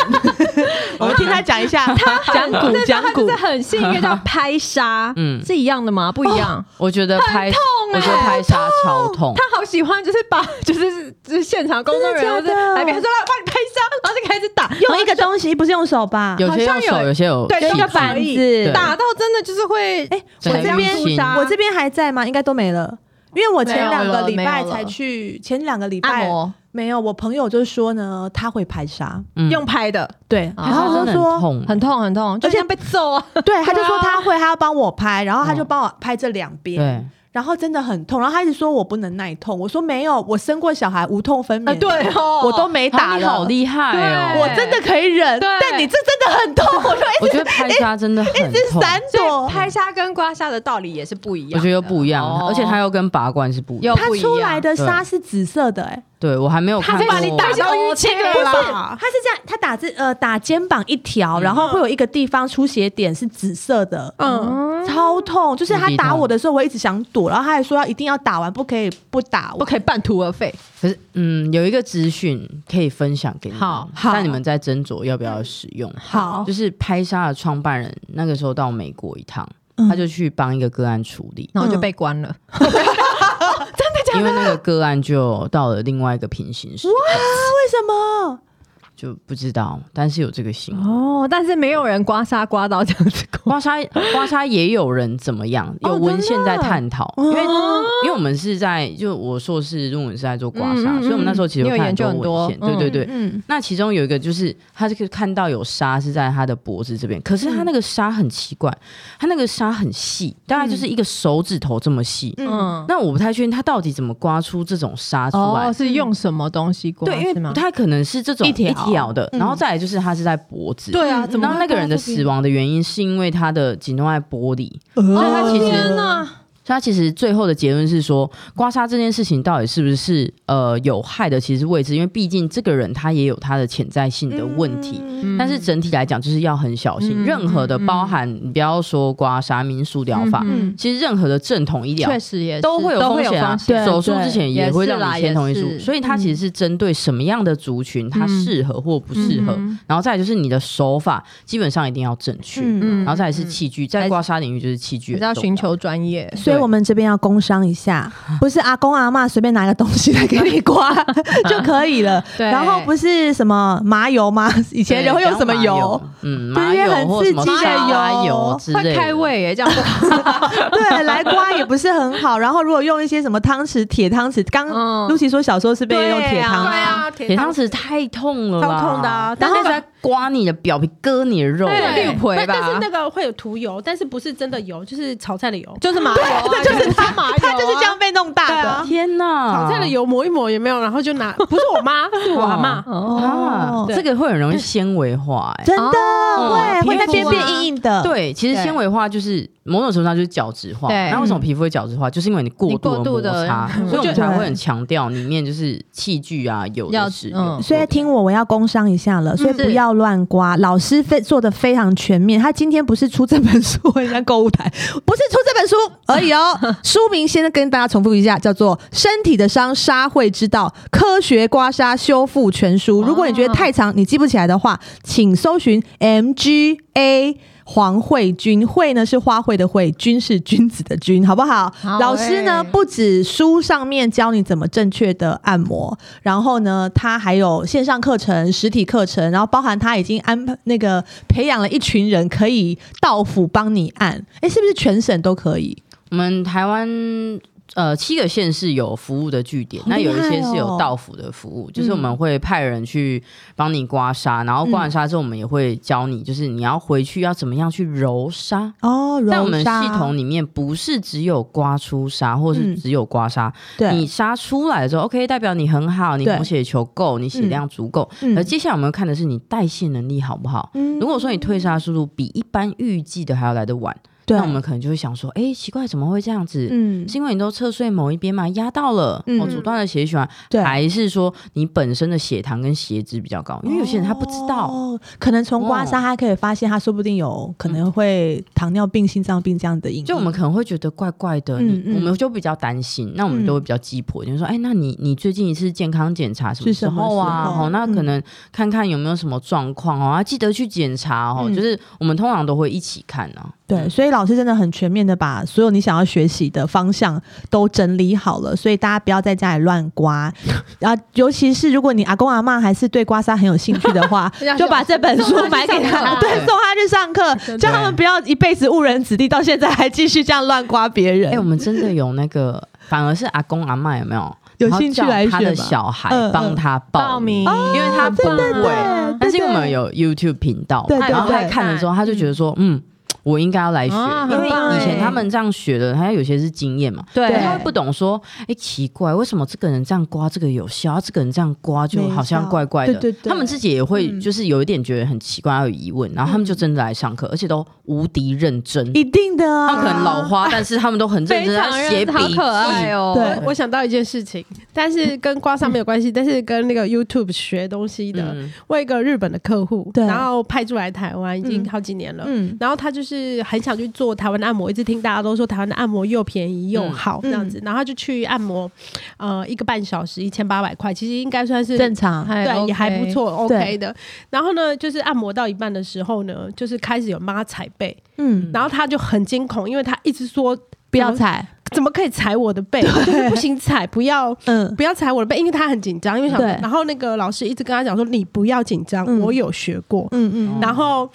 A: 我们听他讲一下，讲古讲
E: 他
A: 古
E: 就是，很信一个叫拍 (laughs) 痧，
C: 嗯
E: 是一样的吗？不一样，
C: 我觉得拍，我觉得拍痧超痛。
E: 他啊好啊喜欢，就是把 (laughs) 就是就是现场工作人员或
A: 真的假的
E: 者来宾他说来我帮你拍痧，然后就开始打，
A: 用一个东西，不是用手吧？
C: 有些用
E: 好像
C: 手，
E: 有
C: 有些有
E: 对
C: 器
E: 用
C: 具
E: 个板
A: 子
C: 对
E: 打到真的就是会
A: 哎，
C: 整
A: 我
C: 个
A: 这边
C: 淤青
E: 啊
A: 我这边还在吗？应该都没了。因为我前两个礼
E: 没
A: 拜
E: 有了
A: 才去，前两个礼
E: 按
A: 拜
E: 摩
A: 没有。我朋友就说呢，他会拍痧，
C: 嗯
E: 用拍的，
A: 对，
E: 啊
A: 然后我就
C: 真的很
A: 说，
C: 痛，
E: 很痛很痛，就
A: 而且
E: 像被揍啊，
A: 对，他就
E: 对
A: 说
E: 啊
A: 他会，他要帮我拍，然后他就帮我拍这两边，
C: 对，
E: 哎
A: 然后真的很痛，然后他一直说我不能耐痛，我说没有，我生过小孩，无痛分娩，
E: 哎对哦，
A: 我都没打
C: 啊你
A: 了，
C: 好厉害
E: 对
A: 我
C: 哦！
A: 真的可以忍，
E: 对
A: 但你这真的很痛，我哎就
C: 我觉得拍痧真的
E: 哎
C: 很
A: 一直
C: 痛，
A: 闪
E: 所
A: 躲
E: 以。拍痧跟刮痧的道理也是不一
C: 我
E: 样的，
C: 觉得又不一样，
E: 哦
C: 而且它又跟拔罐是不一
E: 又
C: 样。
A: 它
E: 不一样
A: 出来的沙是紫色的、哎，
C: 对我还没有看过，
E: 把你打到淤青了啦，
A: 它是这样，它打这呃打肩膀一条，然后会有一个地方出血点是紫色的，
D: 嗯，
A: 超痛。就是他
C: 无敌痛
A: 打我的时候，我一直想躲，然后他还说要一定要打完，不可以不打
E: 不
A: 我。
E: 可以半途而废。
C: 可是嗯，有一个资讯可以分享给你们，
E: 好
A: 好
C: 但你们再斟酌要不要使用。
A: 好，
C: 就是拍痧的创办人那个时候到美国一趟，
A: 嗯
C: 他就去帮一个个案处理，
E: 然后就被关了，
C: 因为那个个案就到了另外一个平行时，
A: 为什么？
C: 就不知道，但是有这个新闻。
E: 哦，但是没有人刮痧刮到这样子 (laughs) 刮，
C: 刮痧，刮痧也有人怎么样？
E: 哦
C: 有文献在探讨，因为因为我们是在就我硕士论文是在做刮痧，
E: 嗯嗯嗯
C: 所以我们那时候其实
E: 你有
C: 看
E: 研究很
C: 多
E: 多
C: 文献，对对对。
A: 嗯，
C: 那其中有一个就是，他这个看到有沙是在他的脖子这边，可是他那个沙很奇怪，
E: 嗯
C: 他那个沙很细，大概就是一个手指头这么细。
E: 嗯，
C: 那我不太确定他到底怎么刮出这种沙出来，
E: 哦，是用什么东西刮？
C: 对，因为
E: 是吗
C: 不太可能是这种
A: 一条
C: 的，
A: 嗯
C: 然后再来就是他是在脖子，
E: 对啊，怎么
C: 然后那个人的死亡的原因是因为他的颈动脉剥离，
A: 所
C: 所以他其实
E: 哦天哪！
C: 所以他其实最后的结论是说，刮痧这件事情到底是不是呃有害的，其实未知，因为毕竟这个人他也有他的潜在性的问题。
E: 嗯
C: 但是整体来讲，就是要很小心。
E: 嗯
C: 任何的
E: 嗯嗯
C: 包含，你不要说刮痧、民俗疗法，
A: 嗯
C: 其实任何的正统医疗
E: 确实也是
C: 都会有风险啊。
A: 对
C: 手术之前也会
E: 也是
C: 让
E: 啦
C: 你签同意
E: 也
C: 书，
E: 是
C: 所以它其实是针对什么样的族群，它
E: 嗯
C: 适合或不适合。
E: 嗯
C: 然后再来就是你的手法，基本上一定要正确。
A: 嗯
C: 然后再来是器具，在刮痧领域就是器
E: 还是
C: 具很重要，
E: 要寻求专业。
A: 所以我们这边要工商一下，不是阿公阿妈随便拿一个东西来给你刮 (laughs) 就可以了。
E: 对
A: 然后不是什么麻油吗？以前人会用什么
C: 对不要
A: 油
C: 麻？嗯，
A: 对
C: 麻
A: 因为
C: 油
A: 很
C: 或什么
A: 刺激的
C: 沙
A: 油
C: 油之类
E: 会
C: 的。
E: 开胃耶，这样
A: 对，来刮也不是很好。然后如果用一些什么汤匙、铁汤匙，刚
E: 嗯
A: 露琪说小时候是被
E: (laughs) 对
A: 用铁
E: 啊
A: 汤匙，
D: 对啊，
C: 铁
D: 铁
C: 汤匙太痛了啦，
D: 超痛的啊
C: 但
D: 但那
C: 那个
D: 个
C: 在刮你的表皮，割你的肉。哎
E: 对六哎
D: 对
E: 葵吧
D: 但但是那个会有涂油，但是不是真的油，就是炒菜的油。
E: 就是麻油，啊
A: 这就是他，他就是这样被弄大
D: 对
A: 的
D: 啊。
C: 天哪！
D: 炒菜的油抹一抹也没有，然后就拿，不是我妈，是我阿妈。
C: 啊，
D: 对
C: 这个会很容易纤维化哎。
A: 哦真的
E: 哦
A: 会会
E: 皮
A: 在
E: 肤
A: 边
E: 啊
A: 变硬硬的，
C: 对，其实
E: 对
C: 纤维化就是某种程度上就是角质化。
E: 对
C: 那为什么皮肤会角质化？就是因为你过
E: 你过度
C: 度的
E: 的
C: 摩擦，
E: (laughs) 嗯
C: 所以我
A: 对
C: 们才会很强调里面就是器具啊，有
E: 要
C: 的是有
E: 嗯
C: 的
A: 所以听我，我要工商一下了，所以
E: 嗯是
A: 不要乱刮。老师非做的非常全面，他今天不是出这本书， (laughs) 我很像购物台，不是出这本书而
E: (laughs)
A: 已哦。书名先跟大家重复一下，叫做《身体的伤沙会之道：科学刮痧修复全书》。如果你觉得太长，你记不起来的话，请搜寻 MGA。黄慧君，慧呢是花卉的慧，君是君子的君，好不好？
E: 好
A: 老师呢
E: 欸
C: 哎
A: 不止书上面教你怎么正确的按摩，然后呢，他还有线上课程、实体课程，然后包含他已经安排那个培养了一群人可以到府帮你按，哎，是不是全省都可以？
C: 我们台湾呃七个县市有服务的据点，
A: 好
C: 那
A: 厉害
C: 有
A: 哦
C: 一些是有到府的服务，就是我们会派人去帮你刮痧，然后刮完痧之后，我们也会教你，就是你要回去要怎么样去揉痧。
A: 哦，
C: 在我
A: 柔
C: 们
A: 沙
C: 系统里面，不是只有刮出痧，或是
A: 嗯
C: 只有刮痧，你
A: 对，
C: 杀出来的时候，OK，代表你很好，你
A: 对
C: 红血球够，你血量足够。
A: 嗯
C: 而接下来我们要看的是你代谢能力好不好。
A: 嗯
C: 如果说你退杀速度比一般预计的还要来得晚，
A: 对
C: 那我们可能就会想说，哎、奇怪，怎么会这样子？
A: 嗯
C: 是因为你都侧睡某一边嘛，压到了，
A: 嗯
C: 哦，阻断了血液循环，
A: 对。
C: 还是说你本身的血糖跟血脂比较高？因为有些人他不知道，
A: 哦，可能从刮痧他可以发现，他说不定有可能会糖尿病、心脏病这样的影响。
C: 就我们可能会觉得怪怪的，
A: 嗯
C: 你
A: 嗯
C: 我们就比较担心，那我们
A: 嗯
C: 都会比较鸡婆，就是说，哎，那你你最近一次健康检查什
A: 是
C: 么
A: 什
C: 时
A: 么
C: 候
A: 时
C: 啊？
A: 候
C: 哦，那
A: 嗯
C: 可能看看有没有什么状况哦，啊，记得去检查哦。
A: 嗯
C: 就是我们通常都会一起看啊。
A: 对，所以老师真的很全面的把所有你想要学习的方向都整理好了，所以大家不要在家里乱
C: (laughs)
A: 刮，然后尤其是如果你阿公阿嬷还是对刮痧很有兴趣的
C: (laughs)
A: 话
C: 啊
E: 人家，
A: 就把这本书
E: 送
A: 买
E: 他去
A: 给
E: 上
A: 他，
E: 课
A: 对，
C: 对
A: 送他去上课，叫他们不要一辈子误人子弟，到现在还继续这样乱刮别人。
C: 哎，我们真的有那个，反而是阿公阿嬷有没有？
A: (laughs) 有
C: 然后
A: 兴趣
C: 叫
A: 来
C: 他
A: 学
C: 的
A: 吧
C: 小孩
A: 嗯嗯
C: 帮他
E: 报名，
C: 因为他不
A: 对对对
C: 会。
A: 对
C: 但是因为我
A: 对
C: 们有 YouTube 频道嘛，
A: 对对
C: 然后他
A: 对
C: 看了之后，他就觉得说，嗯，我应该要来学，
E: 啊
C: 因为
E: 很棒
C: 以前
E: 欸
C: 他们这样学的，他有些是经验嘛，
E: 对
C: 他会不懂说，哎，奇怪，为什么这个人这样刮这个有效，啊这个人这样刮就
A: 没
C: 好像
A: 效
C: 怪怪的。
A: 对对对
C: 他们自己也会
A: 嗯
C: 就是有一点觉得很奇怪，还有疑问，然后他们就真的来上课，而且都无敌认真。
A: 一定的啊，
C: 他们可能老花，但是他们都很认
E: 非
C: 真
E: 常
C: 在
E: 认
C: 写笔
E: 真，好
C: 记。
E: 可爱哦。
A: 对
D: 我我想到一件事情，但是跟刮痧没有关系，但是跟那个 YouTube 学东西的，
C: 嗯
D: 我有一个日本的客户，
A: 对
D: 然后派驻来台湾已经好几年了。
A: 嗯，
D: 然后他就是很想去做台湾的按摩，一直听大家都说台湾的按摩又便宜又好
A: 嗯
D: 这样子，然后他就去按摩，呃，一个半小时一千八百块，其实应该算是哎
A: 正常，哎
E: 还
D: 对，
E: OK
D: 也还不。错
A: 对
D: ，OK 的。然后呢，就是按摩到一半的时候呢，就是开始有妈踩背，
A: 嗯，
D: 然后他就很惊恐，因为他一直说
A: 不要踩，
D: 怎么可以踩我的背，就是不行踩，不要
A: 嗯，
D: 不要踩我的背，因为他很紧张，因为想，
A: 对
D: 然后那个老师一直跟他讲说你不要紧张，
A: 嗯
D: 我有学过。
A: 嗯嗯，
D: 然后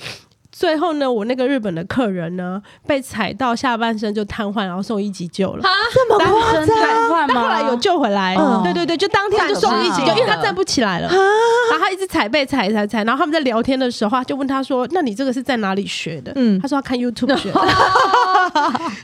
D: 最后呢，我那个日本的客人呢被踩到下半身就瘫痪，然后送医急救了。
A: 这么夸
C: 真
A: 张
C: 的换
D: 但后来有救回来，
A: 嗯
D: 对对对，就当天就送医急救，
E: 太可怕了
D: 因为他站不起来了。然后他一直踩背踩踩踩，然后他们在聊天的时候，他就问他说：“那你这个是在哪里学的？”
A: 嗯
D: 他说他看 YouTube 学的。 (laughs)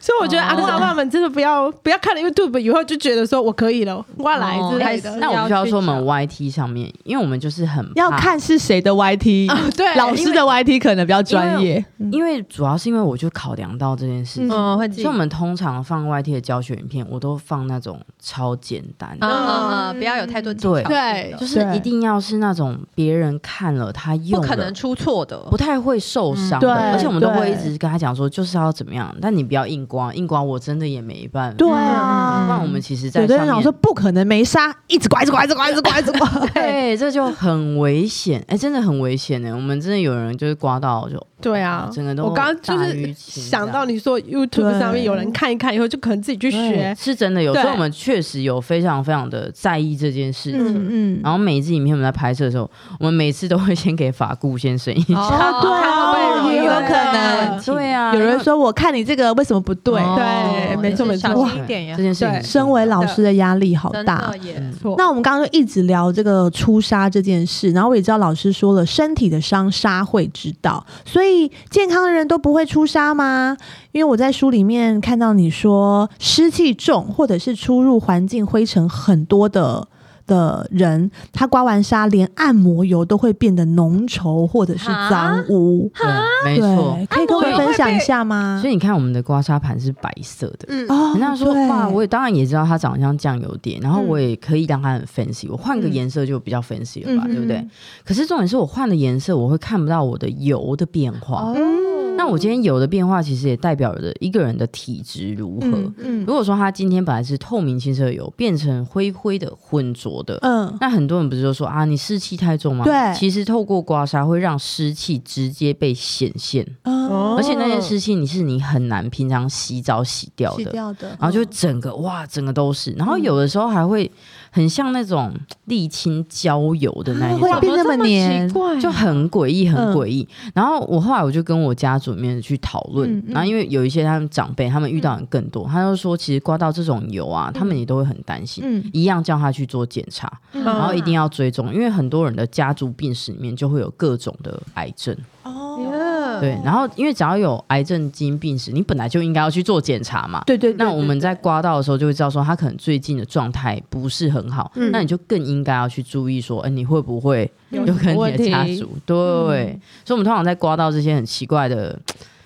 D: 所以我觉得阿公阿妈们真的不要不要看了 YouTube 以后就觉得说我可以了，我来
E: 哦
D: 之
E: 还
D: 类
E: 是
D: 的。
C: 那我必须
E: 要
C: 要
E: 去
C: 说，我们
E: 找
C: YT 上面，因为我们就是很
A: 要
C: 怕
A: 看是谁的 YT，、
D: 对
A: 老师的 YT 可能比较专业，嗯
C: 因为主要是因为我就考量到这件事情，
E: 嗯，会记
C: 所以我们通常放 YT 的教学影片，我都放那种超简单
E: 啊
C: 的，
E: 啊，啊不要有太多技巧
C: 对
D: 对
E: 就
C: 就是是一定要是那种别人看了他
E: 不
C: 用
E: 可
C: 了
E: 能。出错的。
C: 不太会受伤的，
A: 嗯对
C: 而且我们都会
A: 对
C: 一直跟他讲说，就是要怎么样，但你不要硬刮，硬刮我真的也没办法。
A: 对
C: 不
A: 啊。
C: 然我们其实在
A: 有的
C: 上
A: 人老
C: 面
A: 说不可能没杀，一直刮，一直刮，一直刮，一直刮，一直刮。
C: 对，这就很危险，哎，真的很危险呢。我们真的有人就是刮到就
D: 对啊，
C: 整个都
D: 我刚刚就
C: 大于
D: 是
C: 情
D: 想
C: 这
D: 到
C: 样
D: 你说 YouTube 上面有人看一看以后，就可能自己去
C: 对
D: 学。
C: 是真的有，
D: 对
C: 所以我们确实有非常非常的在意这件事情。
A: 嗯嗯，
C: 然后每一支影片我们在拍摄的时候，我们每次都会先给法顾先生一
E: 哦
C: 下。
A: 啊对啊
E: 看会不会
A: 也有
E: 容易
A: 可能
E: 对
C: 对啊，
A: 有人
C: 因为
A: 说我看你这个为什么不对？
E: 哦
D: 对没错
E: 也
D: 没
E: 是
D: 错
E: 小心一点也
C: 这件事情很重要，
A: 身为老师的压力好
E: 真
A: 大
E: 的。
C: 嗯
E: 也
D: 错
A: 那我们刚刚就一直聊这个出痧这件事，然后我也知道老师说了，身体的伤痧会知道，所以以健康的人都不会出痧吗？因为我在书里面看到你说，湿气重或者是出入环境灰尘很多的的人，他刮完痧，连按摩油都会变得浓稠或者是脏污。
C: 对，没错。
A: 对，可以跟我们分享一下吗
C: 所？以你看，我们的刮痧盘是白色的。
D: 嗯
A: 哦
C: 人家说
A: 对
C: 哇，我也当然也知道它长得像酱油碟，然后我也可以让它很 fancy，我换个
A: 嗯
C: 颜色就比较 fancy 了吧，
A: 嗯
C: 对不对？可是重点是我换了颜色，我会看不到我的油的变化。
A: 嗯
C: 那我今天油的变化，其实也代表着一个人的体质如何。
A: 嗯
C: 如果说他今天本来是透明清澈的油，变成灰灰的、浑浊的，
A: 嗯
C: 那很多人不是就说啊，你湿气太重吗？
A: 对
C: 其实透过刮痧会让湿气直接被显现，
A: 嗯，
C: 而且那些湿气你是你很难平常洗澡洗掉
A: 洗
C: 的，
A: 掉的，
C: 然后就整个哇，整个都是，
A: 嗯
C: 然后有的时候还会很像那种沥青焦油的那一种。
A: 会变那么黏
D: 奇，怪，
C: 就很诡异，很
A: 嗯
C: 诡异。然后我后来我就跟我家族里面去讨论，
A: 嗯嗯嗯
C: 然后因为有一些他们长辈，他们遇到人更多，他就说其实刮到这种油啊，他们也都会很担心，
A: 嗯
C: 一样叫他去做检查，
D: 嗯
C: 然后一定要追踪，因为很多人的家族病史里面就会有各种的癌症，
A: 哦
C: 对。然后因为只要有癌症基因病史，你本来就应该要去做检查嘛。
A: 对对，
C: 那我们在刮到的时候就会知道说他可能最近的状态不是很好，
A: 嗯
C: 那你就更应该要去注意说，哎、你会不会
D: 有
C: 有可能
B: 问
C: 你的
B: 题
C: 家族？对，
A: 嗯
C: 所以我们通常在刮到这些很奇怪的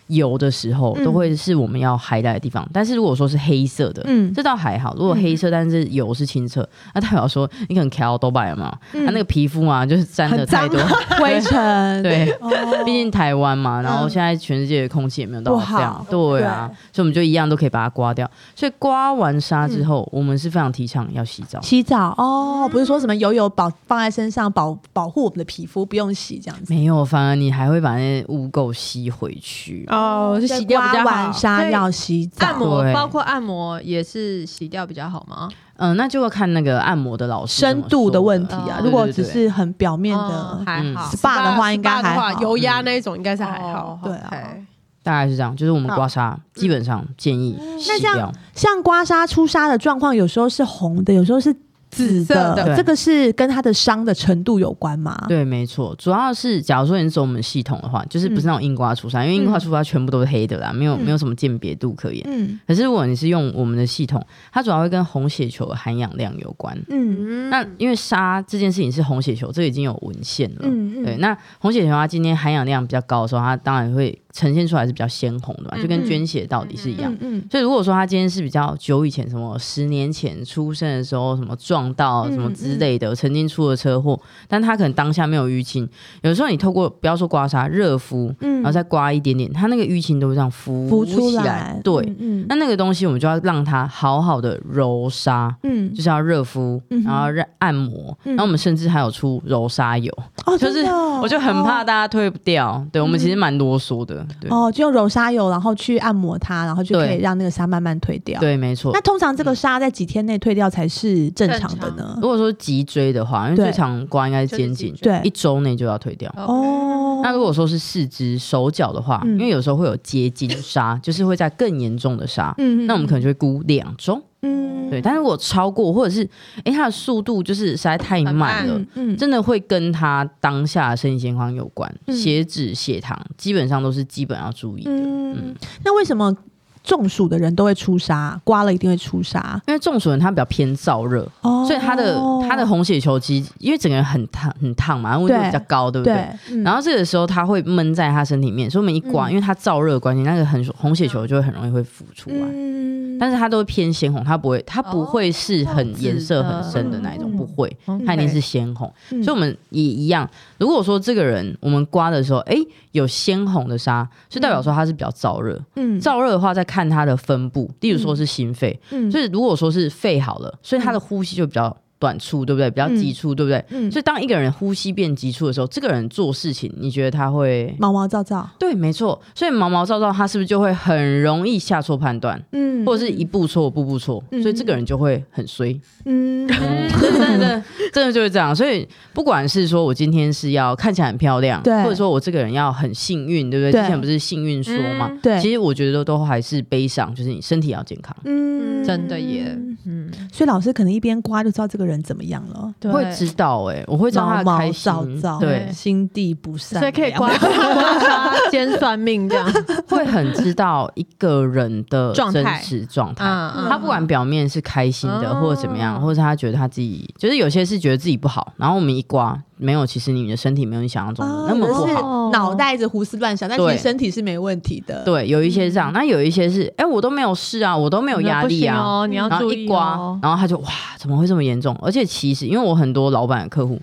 C: 油的时候，
A: 嗯
C: 都会是我们要 highlight 的地方。但是如果说是黑色的，
A: 嗯
C: 这倒还好。如果黑色但是油是清澈，那代表说你可能 KL 都白了嘛，他、那个皮肤啊就是沾的
A: 嗯很脏
C: 太多， (laughs)
A: 灰尘，
C: 对。
A: 哦，
C: 毕竟台湾嘛，然后
A: 嗯
C: 现在全世界的空气也没有到
A: 不
C: 这样
A: 好，
C: 对啊，所以我们就一样都可以把它刮掉。所以刮完痧之后，我们是非常提倡要洗澡。
A: 洗澡哦，不是说什么油油保放在身上保保护我们的皮肤，不用洗这样子。
C: 没有，反而你还会把那些污垢吸回去。
D: 哦，就洗掉比
A: 刮
D: 较
A: 完
D: 好。
A: 痧要洗
E: 按
A: 澡，
E: 摩
C: 对
E: 包括按摩也是洗掉比较好吗？
C: 嗯、那就要看那个按摩的老师
A: 深度的问题啊
E: 哦。
A: 如果
C: 对对
A: 只
C: 对
A: 是很表面
E: 哦
A: 的，
E: 还
C: 嗯
E: 好，
A: SPA 的话应该还好
D: 的话油压那一种应该是还
E: 哦
D: 好。
A: 对啊
E: OK
C: 大概是这样，就是我们刮痧、基本上建议洗
A: 那这
C: 掉
A: 样。像刮痧出痧的状况，有时候是红的，有时候是紫
D: 紫色
A: 的，
D: 的
C: 对
A: 这个是跟它的伤的程度有关吗？
C: 对，没错，主要是假如说你是走我们系统的话，就是不是那种硬刮出痧，因为硬刮出痧全部都是黑的啦，没有、没有什么鉴别度可言。
A: 嗯
C: 可是如果你是用我们的系统，它主要会跟红血球的含氧量有关。
A: 嗯
E: 嗯
C: 那因为沙这件事情是红血球，这已经有文献了。
A: 嗯嗯
C: 对，那红血球它今天含氧量比较高的时候，它当然会呈现出来是比较鲜红的嘛，就跟捐血道理是一样。
A: 嗯嗯
C: 所以如果说它今天是比较久以前，什么十年前出生的时候，什么撞到什么之类
A: 嗯
C: 的，曾经出了车祸，但它可能当下没有淤青。有时候你透过不要说刮痧，热敷，
A: 嗯
C: 然后再刮一点点，它那个淤青都会这样浮
A: 浮出
C: 起
A: 来，
C: 对，
A: 嗯
C: 那那个东西我们就要让它好好的揉痧。
A: 嗯
C: 就，是要热敷，
A: 嗯哼
C: 然后让按摩，
A: 嗯
C: 然后我们甚至还有出揉痧油，
A: 哦，
C: 就是
A: 真的哦嗯
C: 我就很怕大家推不掉。对我们其实蛮啰嗦的，对
A: 哦，就用揉痧油，然后去按摩它，然后就可以
C: 对
A: 让那个痧慢慢退掉。
C: 对，没错
A: 那。通常这个痧在几天内退掉才是正常的呢？
C: 如果说脊椎的话，因为
A: 对
C: 最常刮应该是肩颈，
A: 对
C: 一周内就要退掉。
A: 哦，
C: 那如果说是四肢、手脚的话，
A: 嗯
C: 因为有时候会有结晶
A: (laughs)
C: 痧，就是会在更严重的痧，
A: 嗯
C: 那我们可能就会估两周。
A: 嗯
C: 对，但是如果超过，或者是哎它的速度就是实在太慢
E: 很慢
C: 了，
A: 嗯嗯
C: 真的会跟他当下的身体健康有关，
A: 嗯
C: 血脂、血糖基本上都是基本要注意的。
A: 嗯，那为什么中暑的人都会出痧，刮了一定会出痧？
C: 因为中暑人他比较偏燥热，
A: 哦
C: 所以他的他的红血球其实因为整个人很烫很烫嘛，温度比较高，对不对？
A: 对，嗯
C: 然后这个时候他会闷在他身体里面，所以我们一
A: 嗯
C: 刮，因为他燥热的关系，那个很红血球就会很容易会浮出来。
A: 嗯哦
C: 但是它都会偏鲜红，它不会，它不会是很颜色很深的那一种，
A: 嗯
C: 不会，
E: OK
C: 它一定是鲜红。
A: 嗯
C: 所以我们也一样，如果说这个人我们刮的时候，哎、有鲜红的沙，就代表说他是比较燥热。
A: 嗯
C: 燥热的话，再看它的分布，例如说是心肺，
A: 嗯
C: 所以如果说是肺好了，所以他的呼吸就比较短促，对不对？比较急促，对不对？
A: 嗯
C: 所以当一个人呼吸变急促的时候，这个人做事情，你觉得他会？
A: 毛毛躁躁，
C: 对，没错。所以毛毛躁躁，他是不是就会很容易下错判断？
A: 嗯
C: 或者是一步错步步错，
A: 嗯
C: 所以这个人就会很衰，
A: 嗯
C: 真的真的 (laughs) 真的就是这样。所以不管是说我今天是要看起来很漂亮，
A: 对
C: 或者说我这个人要很幸运，对不对？
A: 对
C: 之前不是幸运说嘛，
E: 嗯
A: 对
C: 其实我觉得都还是悲伤，就是你身体要健康。
A: 嗯
E: 真的耶，嗯，
A: 所以老师可能一边刮就知道这个人人怎么样了，
B: 对
C: 会知道哎、我会知道
A: 毛
C: 他的
A: 毛
C: 开心
A: 躁躁，
C: 对，
A: 心地不善
E: 所以
A: 良，
E: 可以刮刮 (laughs) 痧兼算命
C: (laughs)
E: 这样。
C: 会很知道一个人的
E: 状态
C: 真实状态。
E: 嗯
C: 他不管表面是开心的，
A: 嗯
E: 哦
C: 或者怎么样，或者他觉得他自己，就是有些是觉得自己不好，然后我们一刮，没有，其实你的身体没有你想象中的
A: 哦
C: 那么
A: 有
C: 不
A: 的
C: 好。
A: 是脑袋一直胡思乱想，但其
C: 对
A: 实身体是没问题的。，
C: 对，有一些是这
E: 嗯
C: 样，那有一些是，哎，我都没有事啊，我都没有压力啊，
E: 哦，你要
C: 然后
E: 注
C: 一
E: 意
C: 刮
E: 哦，。
C: 然后他就哇，怎么会这么严重？而且其实，因为我很多老板的客户，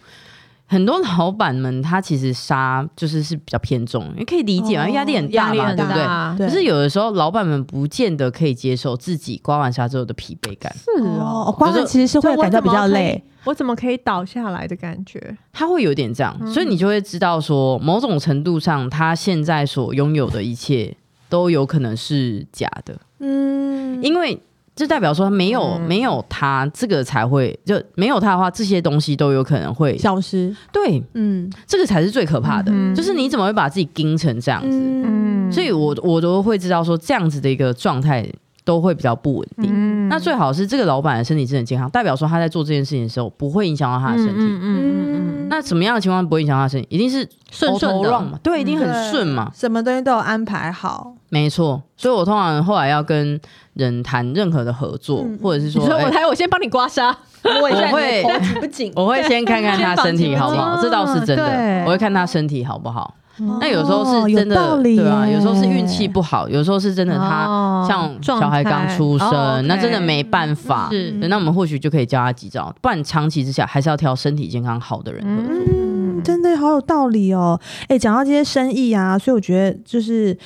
C: 很多老板们他其实杀就是是比较偏重，因为可以理解嘛，
A: 哦
C: 因为压力很大
E: 压力
C: 嘛，
E: 很
C: 对不对？
E: 大，
A: 对
C: 可是有的时候，老板们不见得可以接受自己刮完痧之后的疲惫感，
E: 是
A: 哦，哦，刮
C: 有时
A: 完
C: 候
A: 其实是会感到比较累，
E: 我怎么可以倒下来的感觉？
C: 他会有点这样，
E: 嗯
C: 所以你就会知道说，某种程度上，他现在所拥有的一切都有可能是假的，
A: 嗯，
C: 因为这代表说没有、
E: 嗯
C: 没有他，这个才会就没有他的话，这些东西都有可能会
A: 消失，
C: 对，
A: 嗯
C: 这个才是最可怕的，
E: 嗯
C: 就是你怎么会把自己盯成这样子？
E: 嗯
C: 所以我我都会知道说，这样子的一个状态都会比较不稳定。
E: 嗯
C: 那最好是这个老板的身体是很健康，代表说他在做这件事情的时候不会影响到他的身体。
E: 嗯
C: 那什么样的情况不会影响他的身体？一定是
E: 顺顺
C: auto
E: 的嗯
C: run 嘛，对，一定很顺嘛，
A: 什么东西都有安排好，
C: 没错。所以我通常后来要跟人谈任何的合作，
A: 嗯
C: 或者是
E: 你
C: 说，
E: 说
C: 哎
E: 我来，我先帮你刮痧，
A: 我
C: 一下你的头
A: 紧不紧？
C: 我会先看看他身体好不好，
E: 肩膀
C: 这倒是真的
E: 对。
C: 我会看他身体好不好。那
A: 那
C: 有时候是真的，
A: 哦道理
C: 对啊，
A: 耶
C: 有时候是运气，不好，有时候是真的他
E: 哦
C: 像
E: 状态
C: 小孩刚出生，
E: 哦，OK
C: 那真的没办法。
A: 嗯
B: 是
C: 对那我们或许就可以教他几招，不然长期之下还是要挑身体健康好的人合作。
A: 嗯真的好有道理哦。哎，讲到这些生意啊，所以我觉得就是。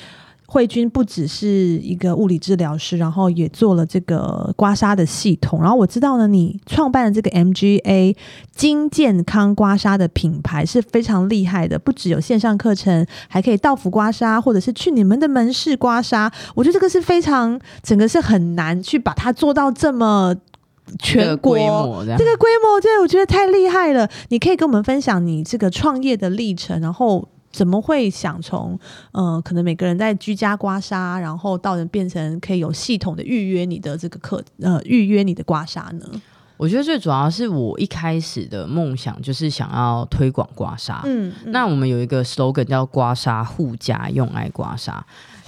A: 慧君不只是一个物理治疗师，然后也做了这个刮痧的系统。然后我知道呢，你创办的这个 MGA 金健康刮痧的品牌是非常厉害的，不只有线上课程，还可以到府刮痧，或者是去你们的门市刮痧。我觉得这个是非常，整个是很难去把它做到这么
C: 这
A: 全
C: 个
A: 国
C: 规模这样
A: 这，个规模，对我觉得太厉害了。你可以跟我们分享你这个创业的历程，然后怎么会想从呃，可能每个人在居家刮痧，然后到人变成可以有系统的预约你的这个课，呃，预约你的刮痧呢？
C: 我觉得最主要是我一开始的梦想就是想要推广刮痧。
A: 嗯，
C: 那我们有一个 slogan 叫“刮痧护家，用爱刮痧”，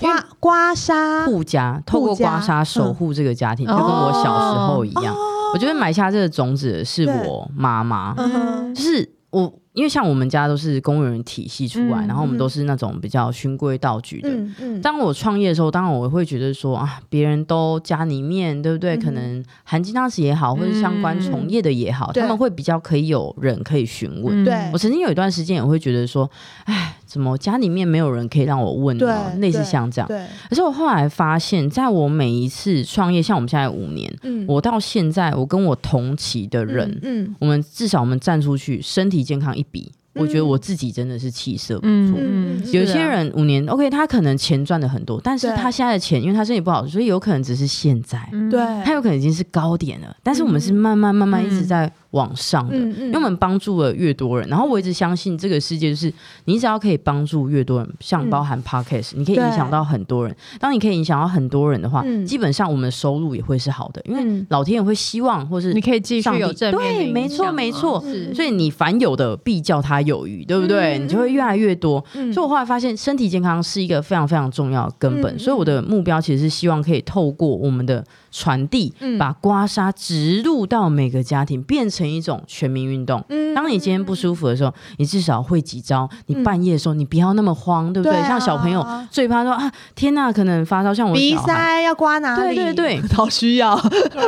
A: 刮刮痧
C: 护家透过刮痧守护这个家庭，就跟我小时候一样。我觉得埋下这个种子的是我妈妈，
A: 嗯哼
C: 就是我，因为像我们家都是公务员体系出来，
E: 嗯
C: 然后我们都是那种比较循规蹈矩的。
A: 嗯嗯，
C: 当我创业的时候，当然我会觉得说啊，别人都家里面对不对？
A: 嗯哼
C: 可能含金汤匙也好，或者相关从业的也好，
A: 对
C: 他们会比较可以有人可以询
E: 嗯
C: 问。
A: 对
C: 我曾经有一段时间也会觉得说，哎，怎么家里面没有人可以让我问呢？
A: 对
C: 类似
A: 对
C: 像这样。
A: 对，
C: 可是我后来发现，在我每一次创业，像我们现在五年，
A: 嗯
C: 我到现在，我跟我同期的人，
A: 嗯
C: 我们至少我们站出去，身体健康一比，
A: 嗯啊
C: 我觉得我自己真的是气色。
E: 嗯嗯，
C: 有些人五年，OK，他可能钱赚的很多，但是
A: 对
C: 他现在的钱，因为他身体不好，所以有可能只是现在，
E: 嗯
A: 对，
C: 他有可能已经是高点了。但是我们是慢慢慢慢一直在往上的，
A: 嗯嗯
C: 因为我们帮助了越多人，然后我一直相信这个世界就是，你只要可以帮助越多人，像
A: 嗯
C: 包含 podcast，、你可以
A: 对
C: 影响到很多人。当你可以影响到很多人的话，
A: 嗯
C: 基本上我们的收入也会是好的，因为
A: 嗯
C: 老天也会希望或是
E: 你。可以继
C: 上
E: 续
C: 帝
E: 有正面的
C: 对
E: 影响啊
C: 没错没错
E: 是
C: 所以你凡有的必叫他有余，对不对？
A: 嗯
C: 你就会越来越多。
A: 嗯
C: 所以我后来发现，身体健康是一个非常非常重要的根本。
A: 嗯嗯
C: 所以我的目标其实是希望可以透过我们的传递，
A: 嗯
C: 把刮痧植入到每个家庭，变成一种全民运动。
A: 嗯
C: 当你今天不舒服的时候，你至少会几招。你半夜的时候，你不要那么慌，对不对？
A: 对啊
C: 像小朋友最怕说啊，天呐，可能发烧，像我
A: 鼻
C: 小孩，
A: 塞要刮哪里？
C: 对对，
A: (laughs) 好需要，啊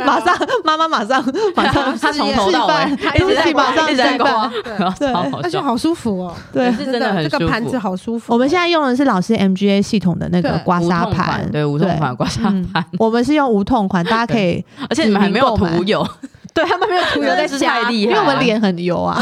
A: 马上妈妈马上马上
C: (laughs) 他从头到
A: 示
C: 尾
A: 范
C: 一直
A: 东
C: 在
A: 西马上
C: 一直在 (laughs)
A: 示范
C: 刮，
A: 对
C: 超好
D: 而且
C: 笑。
D: 好舒服 (laughs) 哦，
A: 对
C: 是真的很
D: 这
C: 舒
D: 个
C: 服
D: 盘子好舒服。
A: 我们现在用的是老师 MGA 系统的那个
D: 对
A: 刮
C: 无
A: 痧
C: 痛款
A: 盘，
C: 对无痛款刮痧盘，
A: 嗯我们是用无痛款，大家可以，
C: 而且你们还没有涂油，
E: 对他们没有涂油
C: 真
E: 在
C: 的是太
E: 下，
C: 厉
A: 因
C: 害了， (laughs)
A: 为我们脸很油啊，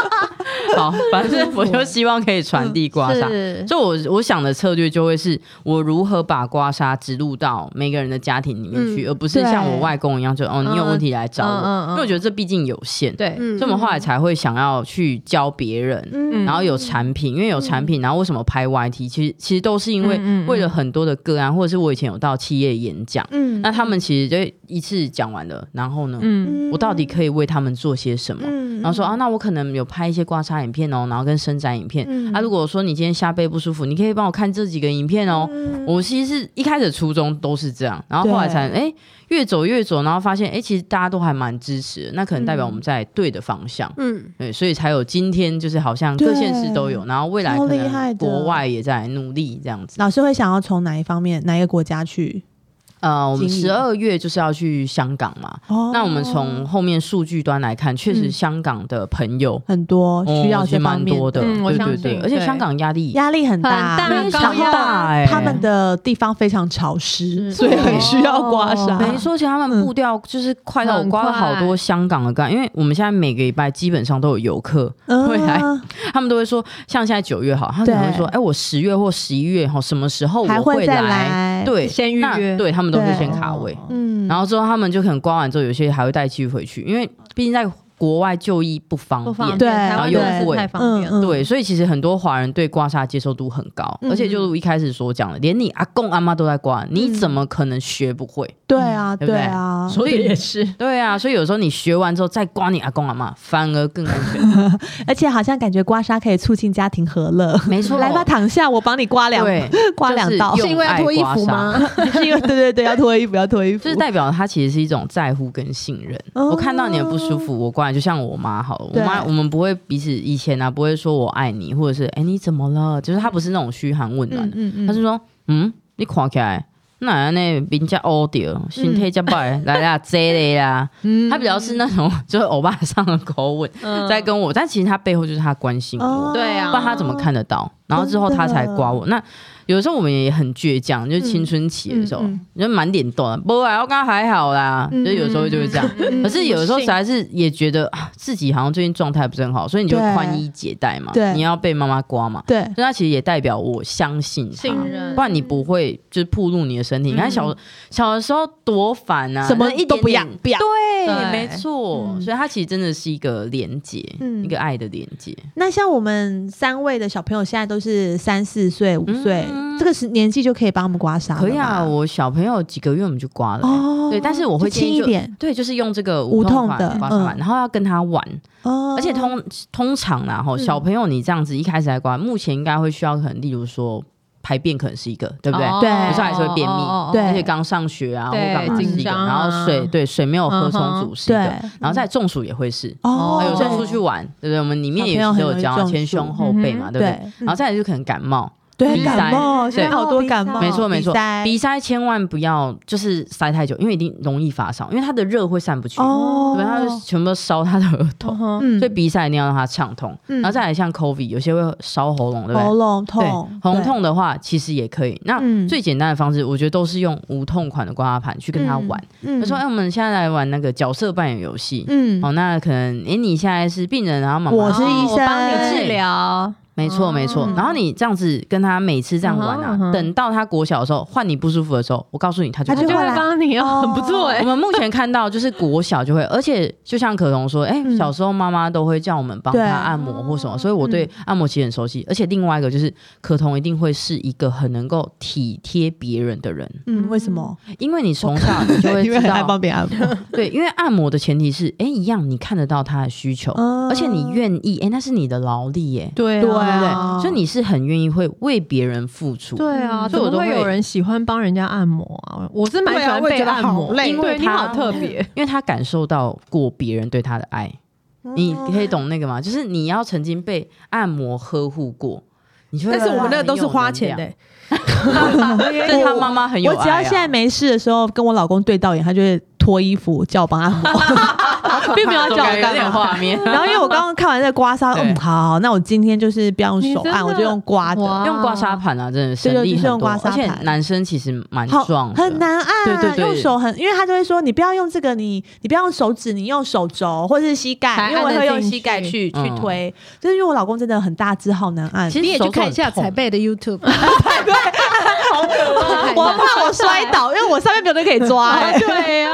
E: (laughs)
C: 好，反正我就希望可以传递刮痧。
B: 是
C: 所以我我想的策略就会是我如何把刮痧植入到每个人的家庭里面去，而不是像我外公一样，就哦你有问题来找我，
E: 嗯嗯嗯
C: 因为我觉得这毕竟有限。，
E: 对，嗯
D: 嗯
C: 所以我们后来才会想要去教别人，然后有产品，因为有产品，然后为什么拍 YT？其实其实都是因为
E: 嗯嗯嗯
C: 为了很多的个案，或者是我以前有到企业演讲，
A: 嗯
C: 那他们其实就一次讲完了，然后呢，
E: 嗯，
C: 我到底可以为他们做些什么？
A: 嗯
C: 然后说啊，那我可能有拍一些刮痧影片哦，然后跟伸展影片。
A: 嗯
C: 啊，如果说你今天下背不舒服，你可以帮我看这几个影片哦。
A: 嗯
C: 我其实是一开始初衷都是这样，然后后来才哎、诶越走越走，然后发现哎、诶其实大家都还蛮支持的，那可能代表我
A: 嗯
C: 们在对的方向。
D: 嗯，
C: 对，所以才有今天，就是好像各县市都有，然后未来可
A: 超厉害
C: 能
A: 的
C: 国外也在努力这样子。
A: 老师会想要从哪一方面、哪一个国家去？
C: 呃，我们
A: 经营
C: 十二月就是要去香港嘛，
A: 哦
C: 那我们从后面数据端来看，确实
A: 嗯
C: 香港的朋友
A: 很多需要
C: 哦其
A: 这
C: 实
A: 方
C: 蛮
A: 面
C: 多的，
E: 嗯我
C: 对
E: 相
C: 对
E: 信
C: 对，而且
E: 对
C: 香港压力
A: 压力很大，
B: 很大
A: 非
B: 高
A: 常
B: 压
A: 大
C: 哎
A: 他们的地方非常潮湿，
B: 是
A: 所以很需要刮痧。
C: 哦没错，而且他们步调就是快到我
E: 嗯很
C: 刮了好多
E: 快
C: 香港的干，因为我们现在每个礼拜基本上都有游客，
A: 嗯
C: 会来他们都会说，像现在九月好，他们可能会说，
A: 对
C: 哎，我十月或十一月哈，什么时候
A: 还
C: 我
A: 会再
C: 来？
A: 来，
C: 对，
E: 先预
C: 那
E: 约
C: 对他们都是
A: 对
C: 先卡位，
A: 嗯
C: 然后之后他们就可能刮完之后，有些还会带去回去，因为毕竟在国外就医不方
E: 不方
C: 便
E: 便，。
A: 对嗯
E: 台湾真的
C: 然后又
E: 是
C: 贵
E: 太方便了。
C: 对，所以其实很多华人对刮痧接受度很高，而且就如一开始所讲的，连你阿公阿妈都在刮，你怎么可能学不会？
A: 对啊，
C: 嗯对不对
A: 啊，
C: 所以也是 (laughs) 对啊，所以有时候你学完之后再刮你阿公阿妈，反而更安全。
A: 而且好像感觉刮痧可以促进家庭和乐。
C: 没错
A: 来吧，躺下，我帮你刮两
C: 哦对，
A: (laughs) 刮两道
C: 就，
E: 是因为要脱衣服吗？
A: 是因为对对对，要脱衣服，要脱衣服，
C: (laughs) 就是代表他其实是一种在乎跟信任。
A: 哦
C: 我看到你的不舒服，我过来就像我妈好了，我
A: 对
C: 妈我们不会彼此以前啊不会说我爱你，或者是哎、你怎么了？就是他不是那种嘘寒问暖的，
E: 嗯嗯
C: 他是说嗯你看起来。那那人家欧掉，身体这
A: 嗯
C: 摆、来啦，这嘞啦，
E: 嗯
C: 他比较是那种 (laughs) 就是欧巴桑的口吻
E: 嗯
C: 在跟我，但其实他背后就是他关心
A: 哦
C: 我，
E: 对啊
C: 不然他怎么？看得到？然后之后他才刮我。
A: 啊
C: 那有时候我们也很倔强，就是青春期的时候，
A: 嗯
C: 就满脸痘啊，不啊，我刚刚还好啦，就有时候就会
A: 嗯
C: 这样。可是有时候实在是也觉得啊自己好像最近状态不是很好，所以你就
A: 对
C: 宽衣解带嘛
A: 对，
C: 你要被妈妈刮嘛。
A: 对，
C: 所以他其实也代表我相信他
E: 信任
C: 不然你不会就是暴露你的身体。
E: 嗯
C: 你看小小的时候多烦啊，
A: 什么
C: 那一点
A: 都不要
C: 点
A: 不要
C: 对，
E: 对
C: 没错。
A: 嗯
C: 所以它其实真的是一个连接，
A: 嗯
C: 一个爱的连接。
A: 那像我们三位的小朋友现在都是三四岁、五岁，
C: 嗯
A: 这个时年纪就可以帮他们刮痧了吗，
C: 可以啊，我小朋友几个月我们就刮了、
A: 哦
C: 对，但是我会
A: 就轻
C: 建议
A: 一
C: 就
A: 点
C: 对，就是用这个
A: 无痛
C: 款
A: 的
C: 刮痧板，
A: 嗯
C: 然后要跟他玩，
A: 哦，嗯
C: 而且通通常啦，吼，小朋友你这样子一开始来刮，目前应该会需要可能，例如说排便可能是一个，对不
E: 哦
C: 对？
A: 对
C: 有时候还是会便秘
A: 对
C: 而且刚上学啊，或
E: 对
C: 干嘛是一
E: 紧
C: 个，
E: 张啊
C: 然后水对水没有喝充足是一个，
A: 嗯对嗯
C: 然后再中暑也会是，
A: 哦，
C: 还
E: 哎
C: 有时候
A: 对
C: 出去玩，对不对？我们里面也
A: 小朋友很
C: 有
A: 容易
C: 讲
A: 中暑
C: 前胸后背嘛，
E: 嗯哼
C: 对不对？
A: 对
C: 然后再来就可能感冒，
A: 对
C: 鼻塞
A: 感冒，现在好多感冒，
C: 没错没错
A: 鼻塞，
C: 鼻塞千万不要就是塞太久，因为一定容易发烧，因为它的热会散不去，
A: 哦，
C: 对，它就全部都烧他的额头，
E: 嗯
A: 嗯
C: 所以鼻塞一定要让它畅通。
A: 嗯
C: 然后再来像 COVID，有些会烧喉咙，对不
A: 喉
C: 对？
A: 咙
C: 对
A: 痛，，
C: 喉咙
A: 对，
C: 痛的话其实也可以。那
A: 嗯
C: 最简单的方式，我觉得都是用无痛款的刮痧盘去跟他玩。
A: 嗯
C: 他说：“哎，我们现在来玩那个角色扮演游戏。
A: 嗯，
C: 哦，那可能哎，你现在是病人，然后妈妈
A: 我是医
E: 哦我帮你
A: 生，
E: 治疗，
C: 没
A: 哦
C: 错，没错。然后你这样子跟他每次这样玩啊
E: 嗯哼嗯哼
C: 等到他国小的时候，换你不舒服的时候，我告诉你，他就
A: 他就
E: 就
A: 会
E: 会
A: 来
E: 帮你哦，很不错
C: 我
E: 哎。
C: 们目前看到就是国小就会，而且就像可彤说，哎、
A: 嗯
C: 小时候妈妈都会叫我们帮
A: 对
C: 她按摩或什么，所以我对按摩其实很熟悉。而且另外一个就是，可彤一定会是一个很能够体贴别人的人，
A: 嗯，为什么？
C: 因为你从小你就
A: 哦 (laughs)
C: 会
A: 因为
C: 知
A: 很爱帮
C: 道，
A: 别人按摩，
C: 对，因为按摩的前提是，哎、一样你看得到他的需求，
A: 嗯
C: 而且你愿意，哎、那是你的劳力耶、
E: 对
A: 对
E: 啊
A: 啊，
C: 所以你是很愿意会为别人付出，
E: 对啊，
C: 嗯
E: 怎
C: 所以我
E: 么
C: 都会
E: 会有人喜欢帮人家按摩啊？我是蛮喜欢被按
A: 对啊我也
E: 摩，
C: 觉得好累
E: 因为
C: 对
E: 你
C: 他
E: 好特 (laughs) 别。
C: 因为他感受到过别人对他的爱。你可以懂那个吗？就是你要曾经被按摩呵护过，你就会
D: 但是我们那个都是花钱
C: 很
D: (laughs) 的、
C: 有能量。但是他妈妈很有
A: 我
C: 爱啊
A: 只要现在没事的时候跟我老公对到眼，他就会脱衣服叫我帮他按摩。
C: (laughs)
A: 并没有要叫我
C: 感觉有
A: 干
C: 点
A: 嘛。
C: 画面，
A: 然后因为我刚刚看完那个刮痧，
C: 对
A: 嗯，好，好那我今天就是不要用手
D: 你真
A: 按，
D: 的
A: 我就用刮的，
B: 哇
C: 用刮痧盘啊，真的省
A: 对对
C: 力
A: 就
C: 很
A: 是
C: 多，
A: 用刮痧盘
C: 而且男生其实蛮
A: 好
C: 壮的，
A: 很难按，
C: 对对对
A: 用手很，因为他就会说你不要用这个，你你不要用手指，你用手肘或者是膝盖，
B: 才
A: 因为我
B: 按得
A: 会用
B: 进
A: 膝盖去去
C: 嗯
A: 推，就是因为我老公真的很大只，好难按。
C: 其
D: 你
C: 实
D: 也去看一下
C: 手肘
D: 彩
C: 很痛
D: 贝的 (laughs) YouTube，
A: (laughs) 我怕我摔
C: (laughs)
A: 倒，因为我上面没有人可以抓、哎
D: 对啊，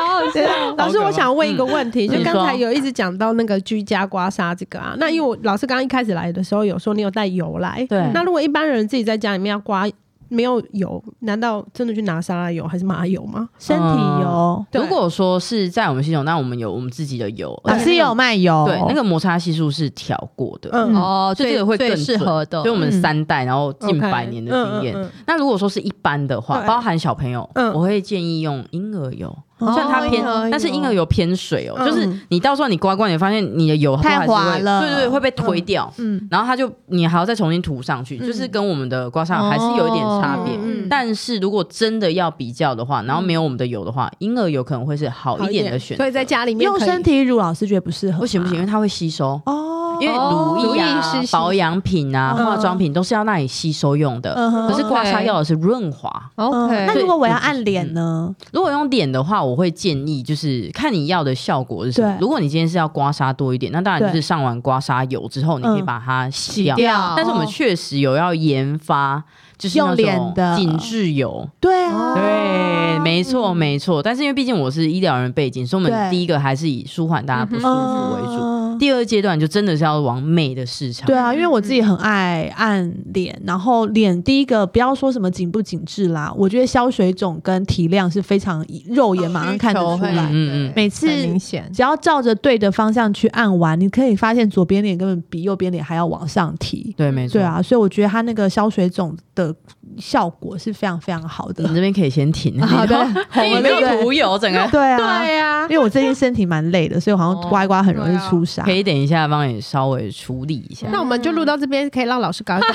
D: 老师，
C: 好可怕
D: 我想问一个问题，
C: 嗯
D: 就
C: 你
D: 刚才
C: 说嗯
D: 有一直讲到那个居家刮痧这个啊，那因为我老师刚刚一开始来的时候有说你有带油来，
C: 对
D: 那如果一般人自己在家里面要刮没有油，难道真的去拿沙拉油还是麻油吗？
A: 身体油，
D: 对
C: 如果说是在我们系统，那我们有我们自己的油，
A: 老师有卖油，
C: 对那个摩擦系数是调过的，
D: 嗯，
B: 哦，
C: 所以这个会更
B: 最适
C: 准
B: 合的
C: 所以。我们
A: 嗯
C: 三代，然后近
D: OK，
C: 百年的经验
D: 嗯嗯嗯。
C: 那如果说是一般的话，
D: 对
C: 包含小朋友，
D: 嗯
C: 我会建议用婴儿油，
A: 哦
C: 虽然它偏
E: 婴儿油，
C: 但是婴儿油偏水哦，
D: 嗯
C: 就是你到时候你刮刮，你发现你的油它
A: 太
C: 还是
A: 滑
C: 会，
A: 了
C: 对对对，会被推掉，
E: 嗯，
C: 然后它就你还要再重新涂上去，就是跟我们的刮痧还是有一点差别。
D: 嗯嗯
C: 但是如果真的要比较的话，然后没有我们的油的话，婴儿油可能会是好一点的选择
D: 所。以在家里面
A: 用
D: 可以
A: 身体乳，老师觉得不适合，啊
C: 不行不行，因为它会吸收。
A: 哦，
C: 因为乳液
D: 乳液
C: 啊
D: 是、吸
C: 保养品啊、
A: 嗯
C: 化妆品都是要让你吸收用的。
A: 嗯哼
C: 可是刮痧
B: OK
C: 要的是润滑。
A: 嗯
B: OK，
A: 那
C: 对
A: 如果我要按脸呢？
C: 如果用脸的话，我会建议就是看你要的效果是什么
A: 对。
C: 如果你今天是要刮痧多一点，那当然就
A: 对
C: 是上完刮痧油之后，你可以
A: 嗯
C: 把它洗掉。
B: 掉
C: 但是我们确实有要研发，就是
A: 哦用
C: 那
A: 脸
C: 种
A: 的
C: 紧致油。
A: 对啊，
C: 对，没错没错。但是因为毕竟我是医疗人背景，所以我
A: 对
C: 们第一个还是以舒缓大家不舒服为主。
A: 嗯
C: 第二阶段就真的是要往美的市场。
A: 对啊，因为我自己很爱按脸，然后脸第一个不要说什么紧不紧致啦，我觉得消水肿跟提亮是非常肉眼马上看得出
C: 嗯
A: 来。
C: 嗯嗯。
A: 每次
E: 很明显，
A: 只要照着对的方向去按完，你可以发现左边脸根本比右边脸还要往上提。
C: 对，没错。
A: 对，啊，所以我觉得它那个消水肿的效果是非常非常好的
C: (laughs) 你。这边可以先停。
A: 好 (laughs) 的，
C: 因为
A: 红
C: 你
A: 了
C: 没
A: 对不
C: 有
A: 对？
C: 涂油，整哦个
A: 对啊，
D: 对呀，
A: 因为我最近身体蛮累的，所以我好像刮一刮很容易出痧。
C: 可以等一下帮你稍微处理一下，
D: 那我们就录到这边，可以让老师搞一搞。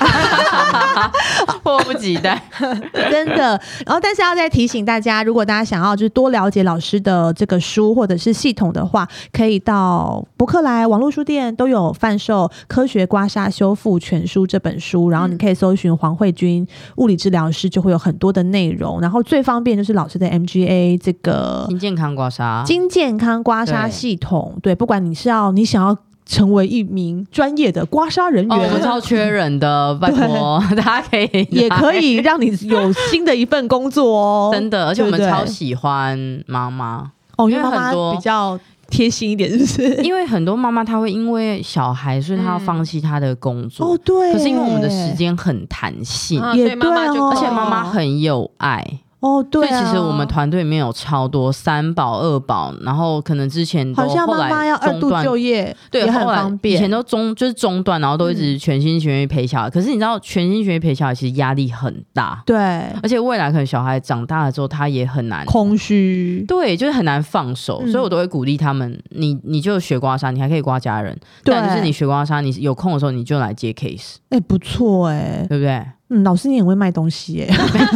C: (laughs) 迫不及待。
A: (laughs) 真的。然后，但是要再提醒大家，如果大家想要就是多了解老师的这个书或者是系统的话，可以到博客来网络书店都有贩售《科学刮痧修复全书》这本书，然后你可以搜寻黄慧君物理治疗师，就会有很多的内容。然后最方便就是老师的 MGA 这个
C: (laughs) 听健康刮痧，
A: 金健康刮痧
C: 对
A: 系统，对，不管你是要你想要。成为一名专业的刮痧人
C: 哦，
A: 员，
C: 我们超缺人的，拜托 (laughs) 大家可以
A: 也
C: 来。
A: 可以让你有新的一份工作哦
C: (laughs) 真的，而且我们
A: 对不对
C: 超喜欢妈妈，
A: 哦，因
C: 因
A: 为
C: 为
A: 妈
C: 很
A: 妈
C: 多
A: 比较贴心一点，是不是？
C: 因为很多妈妈她会因为小孩，所以她要放弃她的工
A: (laughs) 哦，
C: 作。
A: 对。
C: 可是因为我们的时，间很弹性，
E: 啊
A: 也
E: 所以妈妈
A: 对
E: 就
A: 哦
C: 而且妈妈很有爱，
A: 哦，
C: 所
A: 对
C: 以
A: 啊、
C: 其实我们团队里面有超多三宝、二宝，然后可能之前都
A: 好像
C: 后
A: 妈
C: 来
A: 妈要二
C: 中
A: 度
C: 断
A: 就业，
C: 对，
A: 也很
C: 后来
A: 方
C: 以前
A: 便。嗯
C: 都中就是中断，然后都一直全心全意陪小孩。可是你知道，全心全意陪小孩其实压力很大，
A: 对，
C: 而且未来可能小孩长大了之后，他也很难。
A: 空虚。
C: 对，就是很难放手，
A: 嗯
C: 所以我都会鼓励他们，你你就学刮痧，你还可以刮家人，
A: 对，
C: 但就是你学刮痧，你有空的时候你就来接 case，
A: 哎、不错哎、
C: 对不
A: (laughs)
C: 对？
A: 嗯，老师你很会卖东西
C: (laughs)
A: 哎、 (laughs)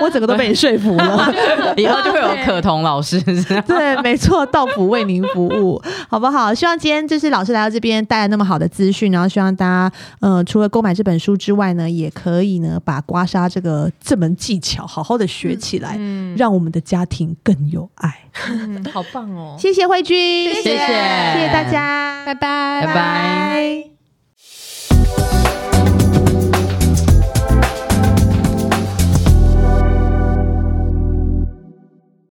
A: 我整个都被你说服了。
C: 以后就会有可彤老师， (laughs) 是吧
A: 对，没错，道府为您服务，好不好？希望今天就是老师来到这边带来那么好的资讯，然后希望大家呃，除了购买这本书之外呢，也可以呢把刮痧这个这门技巧好好的学起来，
E: 嗯，
A: 让我们的家庭更有爱。
E: 嗯好棒哦。
A: 谢谢慧君，
C: 谢
A: 谢
C: 谢
A: 谢大家，
D: 拜拜
C: 拜拜。
A: 拜